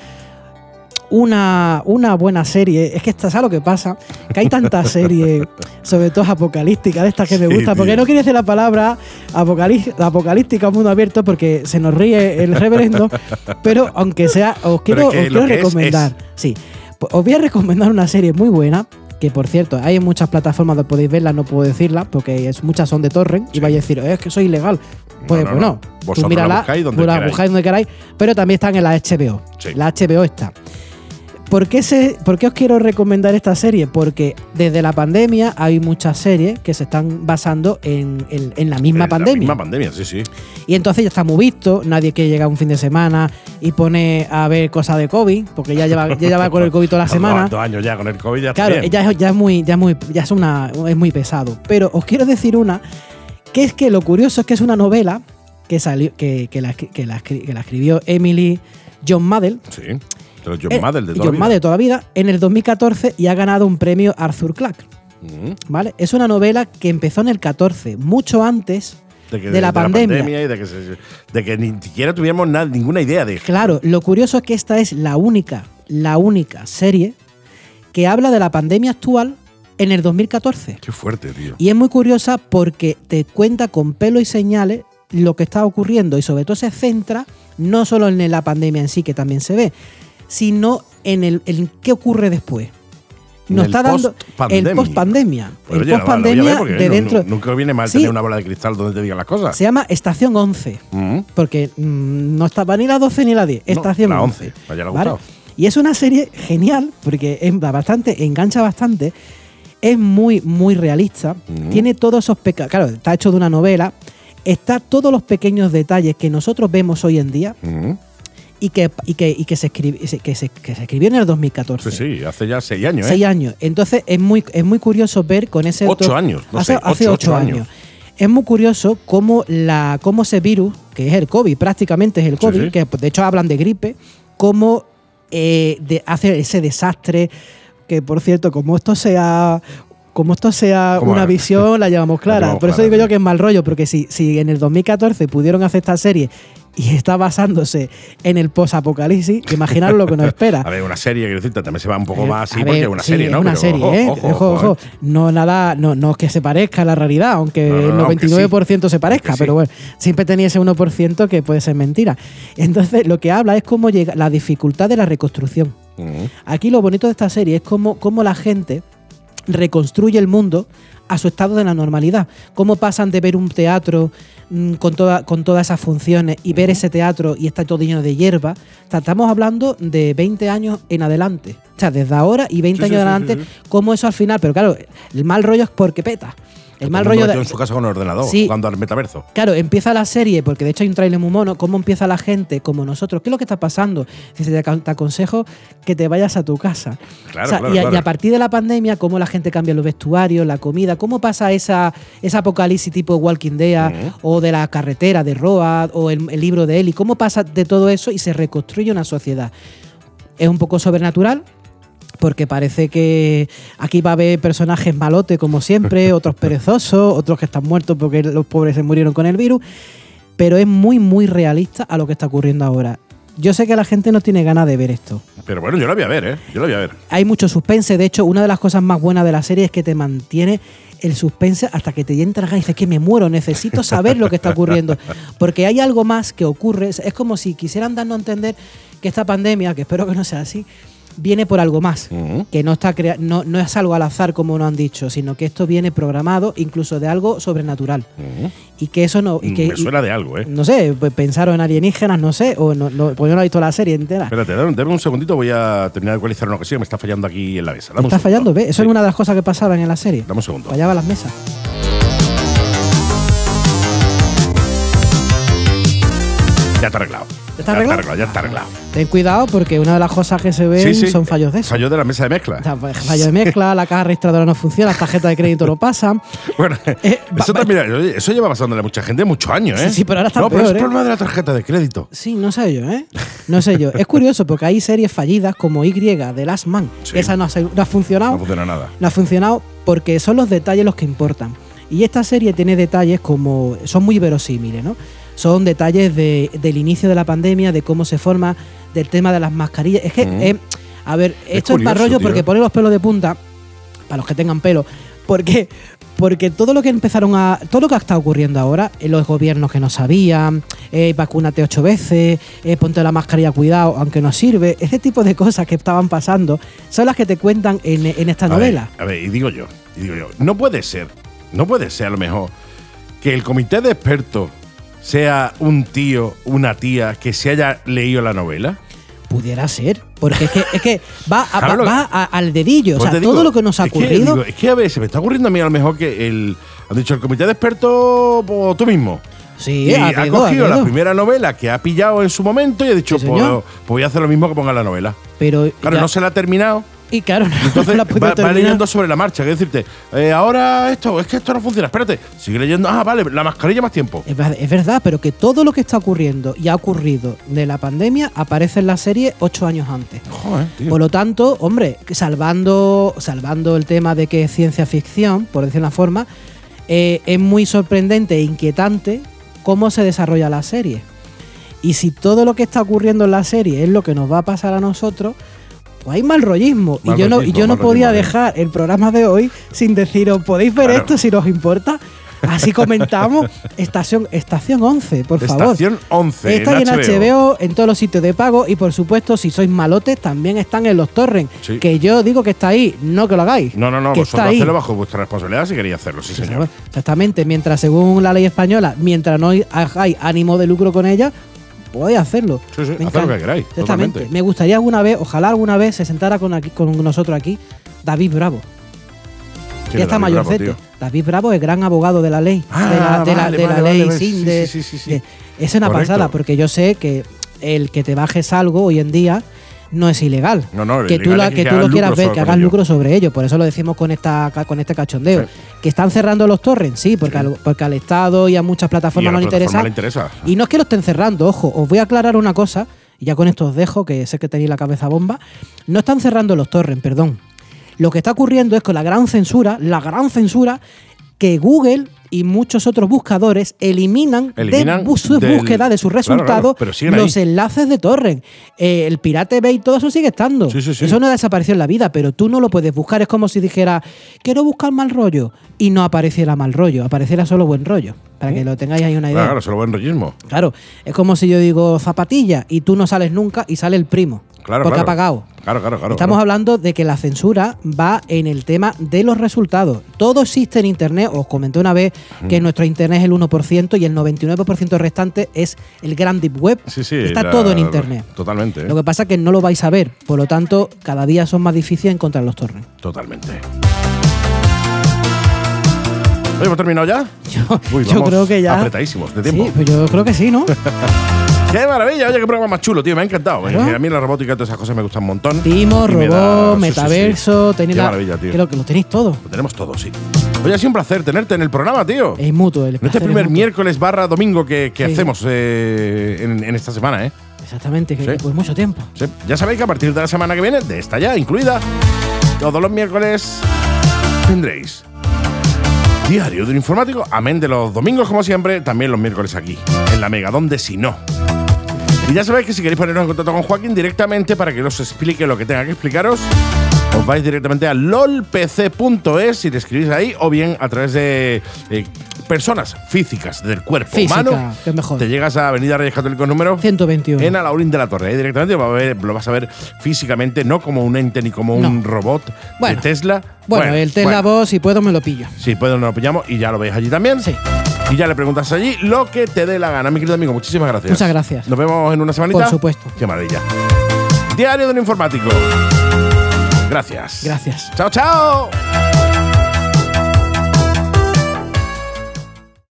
S3: una, una buena serie. Es que esta, ¿sabes lo que pasa? Que hay tantas series, sobre todo apocalípticas, de estas que me
S2: Sí,
S3: gustan, porque
S2: tío.
S3: no quiere decir la palabra apocalí- apocalíptica mundo abierto porque se nos ríe el reverendo, pero aunque sea, os
S2: Pero
S3: quiero,
S2: es que
S3: os
S2: lo
S3: quiero
S2: que es,
S3: recomendar. Sí. Pues Os voy a recomendar una serie muy buena, que por cierto, hay en muchas plataformas donde podéis verla, no puedo decirla, porque es, muchas son de torrent, y vais a decir, "Eh, es que soy ilegal. Pues
S2: no,
S3: pues
S2: no.
S3: no,
S2: Vosotros la
S3: tú mírala,
S2: buscáis donde
S3: pues la
S2: queráis.
S3: buscáis donde queráis, pero también están en la HBO.
S2: Sí.
S3: La HBO está. ¿Por qué, se, ¿Por qué os quiero recomendar esta serie? Porque desde la pandemia hay muchas series que se están basando en, en- en la misma
S2: Eh,
S3: pandemia.
S2: La misma pandemia, sí, sí.
S3: Y entonces ya está muy visto, nadie quiere llegar un fin de semana y pone a ver cosas de COVID, porque ya lleva, ya lleva con el COVID toda la
S2: Dos-
S3: semana.
S2: Dos años ya con el COVID. Ya está
S3: Claro,
S2: bien.
S3: ya, es- ya es muy, ya es muy, ya es una, es muy pesado. Pero os quiero decir una, que es que lo curioso es que es una novela que salió, que, que la, escri- que la escri- que la escribió Emily John Maddell.
S2: Sí. Pero John
S3: eh,
S2: Madden de toda
S3: John
S2: la vida.
S3: Maddell toda la vida, en el 2014 y ha ganado un premio Arthur Clarke.
S2: Mm.
S3: ¿Vale? Es una novela que empezó en el 14, mucho antes
S2: De, que-
S3: de la pandemia.
S2: y de que, se- de que ni siquiera tuviéramos na- ninguna idea de
S3: Claro, lo curioso es que esta es la única, la única serie que habla de la pandemia actual en el 2014.
S2: Qué fuerte, tío.
S3: Y es muy curiosa porque te cuenta con pelo y señales lo que está ocurriendo y sobre todo se centra no solo en la pandemia en sí, que también se ve, sino en el en qué ocurre después.
S2: En
S3: Nos
S2: el
S3: está dando
S2: post-pandemia.
S3: el post-pandemia.
S2: Pues
S3: el
S2: oye, la- la voy a ver
S3: post-pandemia
S2: porque
S3: de
S2: no-
S3: dentro.
S2: nu- nunca viene mal
S3: Sí.
S2: tener una bola de cristal donde te digan las cosas.
S3: Se llama Estación 11
S2: Mm.
S3: porque mm, no estaba ni la 12 ni la 10,
S2: No,
S3: estación
S2: la
S3: 11.
S2: 11, vaya la
S3: ¿vale?
S2: gustado.
S3: Y es una serie genial porque es bastante, engancha bastante, es muy, muy realista,
S2: Mm.
S3: tiene todos esos pecados, claro, está hecho de una novela, está todos los pequeños detalles que nosotros vemos hoy en día
S2: Mm.
S3: y que, y que, y que, se, escribi- se- que, se, que se escribió en el 2014.
S2: Sí, sí, hace ya seis años, ¿eh?
S3: Seis años. Entonces es muy, es muy curioso ver con ese.
S2: Ocho
S3: otro-
S2: años, no
S3: hace,
S2: sé,
S3: hace
S2: ocho,
S3: ocho
S2: ocho
S3: años.
S2: años.
S3: Es muy curioso cómo, la, cómo ese virus, que es el COVID, prácticamente es el
S2: Sí,
S3: COVID,
S2: sí.
S3: que de hecho hablan de gripe, cómo eh, de- hace ese desastre. Que por cierto, como esto sea. Como esto sea
S2: Como
S3: una
S2: la-
S3: visión, la llevamos clara.
S2: llevamos
S3: por eso
S2: clara,
S3: digo
S2: sí.
S3: yo que es mal rollo, porque si, si en el 2014 pudieron hacer esta serie y está basándose en el posapocalipsis, imaginaros lo que nos espera.
S2: A ver, una serie, quiero decirte, también se va un poco
S3: Eh,
S2: más así
S3: a
S2: porque
S3: ver,
S2: es una
S3: sí,
S2: serie,
S3: es
S2: ¿no?
S3: una
S2: Pero,
S3: serie,
S2: ojo,
S3: ¿eh?
S2: ojo,
S3: Ojo,
S2: ojo,
S3: ojo.
S2: eh.
S3: No, nada, no, no es que se parezca a la realidad, aunque
S2: No, no, no,
S3: el
S2: aunque sí.
S3: 99% se parezca,
S2: Aunque sí.
S3: pero bueno, siempre tenía ese 1% que puede ser mentira. Entonces, lo que habla es cómo llega la dificultad de la reconstrucción.
S2: Ujú.
S3: Aquí lo bonito de esta serie es cómo, cómo la gente reconstruye el mundo a su estado de la normalidad. Cómo pasan de ver un teatro mm, con, toda- con todas esas funciones y ver ese teatro y está todo lleno de hierba. O sea, estamos hablando de 20 años en adelante. O sea, desde ahora y 20
S2: Sí, sí,
S3: años en
S2: sí,
S3: adelante,
S2: sí,
S3: cómo eso al final. Pero claro, el mal rollo es porque peta. El
S2: Todo
S3: mal
S2: mundo
S3: rollo
S2: metido
S3: de,
S2: en su casa con el ordenador,
S3: Sí.
S2: jugando al metaverso.
S3: Claro, empieza la serie, porque de hecho hay un tráiler muy mono, cómo empieza la gente, como nosotros, qué es lo que está pasando. Dice, te aca- te aconsejo que te vayas a tu casa.
S2: Claro,
S3: O sea,
S2: claro,
S3: y, a,
S2: claro.
S3: y a partir de la pandemia, cómo la gente cambia los vestuarios, la comida, cómo pasa esa, esa apocalipsis tipo Walking Dead o de la carretera de Road o el, el libro de Eli, cómo pasa de todo eso y se reconstruye una sociedad. Es un poco sobrenatural, porque parece que aquí va a haber personajes malotes como siempre, otros perezosos, otros que están muertos porque los pobres se murieron con el virus, pero es muy muy realista a lo que está ocurriendo ahora. Yo sé que la gente no tiene ganas de ver esto.
S2: Pero bueno, yo la voy a ver, ¿eh? Yo la voy a ver.
S3: Hay mucho suspense, de hecho, una de las cosas más buenas de la serie es que te mantiene el suspense hasta que te entra ganas y dices que me muero, necesito saber lo que está ocurriendo, porque hay algo más que ocurre, es es como si quisieran darnos a entender que esta pandemia, que espero que no sea así, viene por algo más
S2: Ujú.
S3: que no está crea- no, no es algo al azar como nos han dicho, sino que esto viene programado incluso de algo sobrenatural
S2: Ujú.
S3: y que eso no y que
S2: Me suena de algo,
S3: y-
S2: ¿eh?
S3: no sé, pues, pensaron en alienígenas, no sé, o no, no- pues yo no he visto la serie entera.
S2: Espérate, dame, dame un segundito, voy a terminar de ecualizar una cosilla que me está fallando aquí en la mesa. Dame un
S3: Está
S2: segundo.
S3: fallando, ¿ves? Eso
S2: Sí.
S3: era una de las cosas que pasaban en la serie.
S2: Dame un segundo.
S3: Fallaba Pues las mesas.
S2: Ya está arreglado.
S3: ¿Ya está arreglado?
S2: Ya está arreglado.
S3: Ten cuidado porque una de las cosas que se ven
S2: Sí, sí.
S3: son fallos de eso.
S2: Fallo de la mesa de mezcla.
S3: O sea, fallos de mezcla, la caja registradora no funciona, las tarjetas de crédito no pasan.
S2: Bueno,
S3: Eh, va-
S2: eso,
S3: va-
S2: también- oye, eso lleva pasándole a mucha gente muchos años, ¿eh?
S3: Sí, sí, pero ahora está
S2: No, pero
S3: peor,
S2: es
S3: ¿eh?
S2: problema de la tarjeta de crédito.
S3: Sí, no sé yo, ¿eh? No sé yo. Es curioso porque hay series fallidas como Y de Last Man.
S2: Sí.
S3: que Esa no ha, se- no ha funcionado.
S2: No funciona nada.
S3: no ha funcionado porque son los detalles los que importan. Y esta serie tiene detalles como. son muy verosímiles, ¿no? Son detalles de- del inicio de la pandemia, de cómo se forma, del tema de las mascarillas. Es que.
S2: Mm.
S3: eh, a ver,
S2: Es
S3: esto es, para
S2: curioso,
S3: rollo
S2: tío.
S3: porque pone los pelos de punta, para los que tengan pelo, porque. Porque todo lo que empezaron a. Todo lo que está ocurriendo ahora, eh, los gobiernos que no sabían, eh, vacúnate ocho veces, eh, ponte la mascarilla cuidado, aunque no sirve, ese tipo de cosas que estaban pasando son las que te cuentan en, en esta
S2: a
S3: novela.
S2: Ver, a ver, y digo yo, y digo yo, no puede ser, no puede ser a lo mejor que el comité de expertos sea un tío, una tía que se haya leído la novela.
S3: Pudiera ser, porque es que, es que va, a-
S2: Claro,
S3: va- va a- al dedillo.
S2: Pues
S3: o sea,
S2: te
S3: todo
S2: digo,
S3: lo que nos ha
S2: es
S3: ocurrido.
S2: digo, es que a ver, se me está ocurriendo a mí a lo mejor que el. Han dicho el comité de expertos o tú mismo.
S3: sí,
S2: y
S3: a
S2: ha
S3: dedo, a
S2: cogido la
S3: dedo.
S2: primera novela que ha pillado en su momento y ha dicho,
S3: Sí,
S2: pues,
S3: señor.
S2: pues voy a hacer lo mismo que ponga en la novela.
S3: Pero
S2: Claro,
S3: ya-
S2: no se la ha terminado.
S3: y claro, no,
S2: Entonces
S3: la ha podido
S2: va, va
S3: terminar.
S2: leyendo sobre la marcha, que decirte, eh, ahora esto, es que esto no funciona, espérate, sigue leyendo, ah, vale, la mascarilla más tiempo.
S3: Es verdad, es verdad, pero que todo lo que está ocurriendo y ha ocurrido de la pandemia aparece en la serie ocho años antes.
S2: Joder, tío.
S3: Por lo tanto, hombre, que salvando, salvando el tema de que es ciencia ficción, por decir una forma, eh, es muy sorprendente e inquietante cómo se desarrolla la serie. Y si todo lo que está ocurriendo en la serie es lo que nos va a pasar a nosotros, pues hay mal rollismo.
S2: Mal
S3: y yo no,
S2: rollismo,
S3: y yo no
S2: mal
S3: podía
S2: rollismo,
S3: dejar el programa de hoy sin deciros, podéis ver
S2: Claro.
S3: esto si nos importa. Así comentamos Estación, estación 11, por favor.
S2: Estación 11.
S3: Está en HBO, en todos los sitios de pago y por supuesto, si sois malotes, también están en los torrents.
S2: Sí.
S3: Que yo digo que está ahí, no que lo hagáis.
S2: No, no, no,
S3: que
S2: vosotros
S3: está ahí.
S2: hacedlo bajo vuestra responsabilidad si queréis hacerlo, sí,
S3: Sí,
S2: señor.
S3: señor. Exactamente, mientras según la ley española, mientras no hagáis ánimo de lucro con ella, podéis hacerlo.
S2: Sí, sí,
S3: Me
S2: haced lo
S3: encanta.
S2: que queráis,
S3: Exactamente.
S2: totalmente.
S3: Me gustaría alguna vez, ojalá alguna vez se sentara con, aquí- con nosotros aquí David Bravo.
S2: Sí,
S3: Ya está
S2: David Bravo,
S3: mayorcete.
S2: tío.
S3: David Bravo es gran abogado de la ley.
S2: Ah,
S3: de la, de la-
S2: vale,
S3: de la
S2: vale,
S3: ley
S2: vale, sí,
S3: Sinde.
S2: sí, sí, sí, sí.
S3: de- Es una
S2: Correcto.
S3: pasada, porque yo sé que el que te bajes algo hoy en día no es ilegal.
S2: No, no,
S3: que tú,
S2: ilegal
S3: la-
S2: es que
S3: que tú
S2: hagan
S3: lo
S2: lucro
S3: quieras ver,
S2: sobre-
S3: que
S2: con
S3: hagas
S2: ello.
S3: lucro sobre ello. Por eso lo decimos con esta ca- con este cachondeo. Que están cerrando los torrents, sí, porque, al, porque al Estado y a muchas
S2: Y a
S3: plataformas
S2: la
S3: no le interesa.
S2: plataforma le interesa.
S3: Y no es que lo estén cerrando, ojo, os voy a aclarar una cosa, y ya con esto os dejo, que sé que tenéis la cabeza bomba. No están cerrando los torrents, perdón. Lo que está ocurriendo es con la gran censura, la gran censura, que Google y muchos otros buscadores eliminan,
S2: Eliminan
S3: de bu- su
S2: del-
S3: búsqueda de sus
S2: claro, claro,
S3: resultados
S2: pero siguen
S3: los
S2: ahí.
S3: enlaces de torrent. Eh, el Pirate Bay, todo eso sigue estando.
S2: Sí, sí, sí.
S3: Eso no desapareció en la vida, pero tú no lo puedes buscar. Es como si dijera, quiero buscar mal rollo y no apareciera mal rollo, apareciera solo buen rollo. Para que lo tengáis ahí una idea.
S2: Claro, claro, solo buen rollismo.
S3: Claro, es como si yo digo zapatilla y tú no sales nunca y sale el primo.
S2: Claro,
S3: porque
S2: claro.
S3: ha pagado.
S2: Claro, claro, claro.
S3: Estamos
S2: claro.
S3: hablando de que la censura va en el tema de los resultados. Todo existe en Internet. Os comenté una vez que nuestro Internet es el 1% y el 99% restante es el gran Deep Web.
S2: Sí, sí.
S3: Está
S2: la-
S3: todo en Internet.
S2: Totalmente.
S3: Lo que pasa es que no lo vais a ver. Por lo tanto, cada día son más difíciles encontrar los torrents.
S2: Totalmente. Oye, ¿hemos terminado ya?
S3: Yo,
S2: Uy,
S3: yo
S2: vamos
S3: creo que ya.
S2: apretadísimos de
S3: Sí,
S2: tiempo.
S3: pues yo creo que sí, ¿no?
S2: ¡Qué maravilla! Oye, qué programa más chulo, tío. Me ha encantado.
S3: Claro.
S2: Eh, A mí la robótica y todas esas cosas me gustan un montón.
S3: Timo,
S2: Y me
S3: robot,
S2: da- sí, sí, sí.
S3: metaverso, tenéis
S2: Qué
S3: la-
S2: maravilla, tío.
S3: Creo que lo tenéis todo.
S2: Lo tenemos todo, sí. Oye, ha sido un placer tenerte en el programa, tío.
S3: Es mutuo. El
S2: En este
S3: placer es
S2: primer
S3: mutuo.
S2: miércoles barra domingo que, que
S3: Sí.
S2: hacemos eh, en, en esta semana, ¿eh?
S3: Exactamente, que
S2: Sí.
S3: pues mucho tiempo.
S2: Sí. Ya sabéis que a partir de la semana que viene, de esta ya incluida, todos los miércoles tendréis Diario de un Informático, amén de los domingos como siempre, también los miércoles aquí, en la Mega, donde si no. Y ya sabéis que si queréis poneros en contacto con Joaquín directamente para que os explique lo que tenga que explicaros, os vais directamente a lolpc.es y le escribís ahí, o bien a través de eh, personas físicas del cuerpo
S3: Física,
S2: humano.
S3: que es mejor.
S2: Te llegas a Avenida Reyes Católicos número
S3: 121.
S2: en Alaurín de la Torre. Ahí directamente lo, va a ver- lo vas a ver físicamente, no como un ente ni como un
S3: No.
S2: robot
S3: Bueno.
S2: de Tesla.
S3: Bueno, el Tesla
S2: bueno.
S3: Boss, si puedo, me lo pillo.
S2: Sí, pues nos lo pillamos y ya lo veis allí también.
S3: Sí.
S2: Y ya le preguntas allí lo que te dé la gana, mi querido amigo. Muchísimas gracias.
S3: Muchas gracias.
S2: Nos vemos en una semanita.
S3: Por supuesto.
S2: Qué maravilla. Diario de un informático. Gracias.
S3: Gracias.
S2: Chao, chao.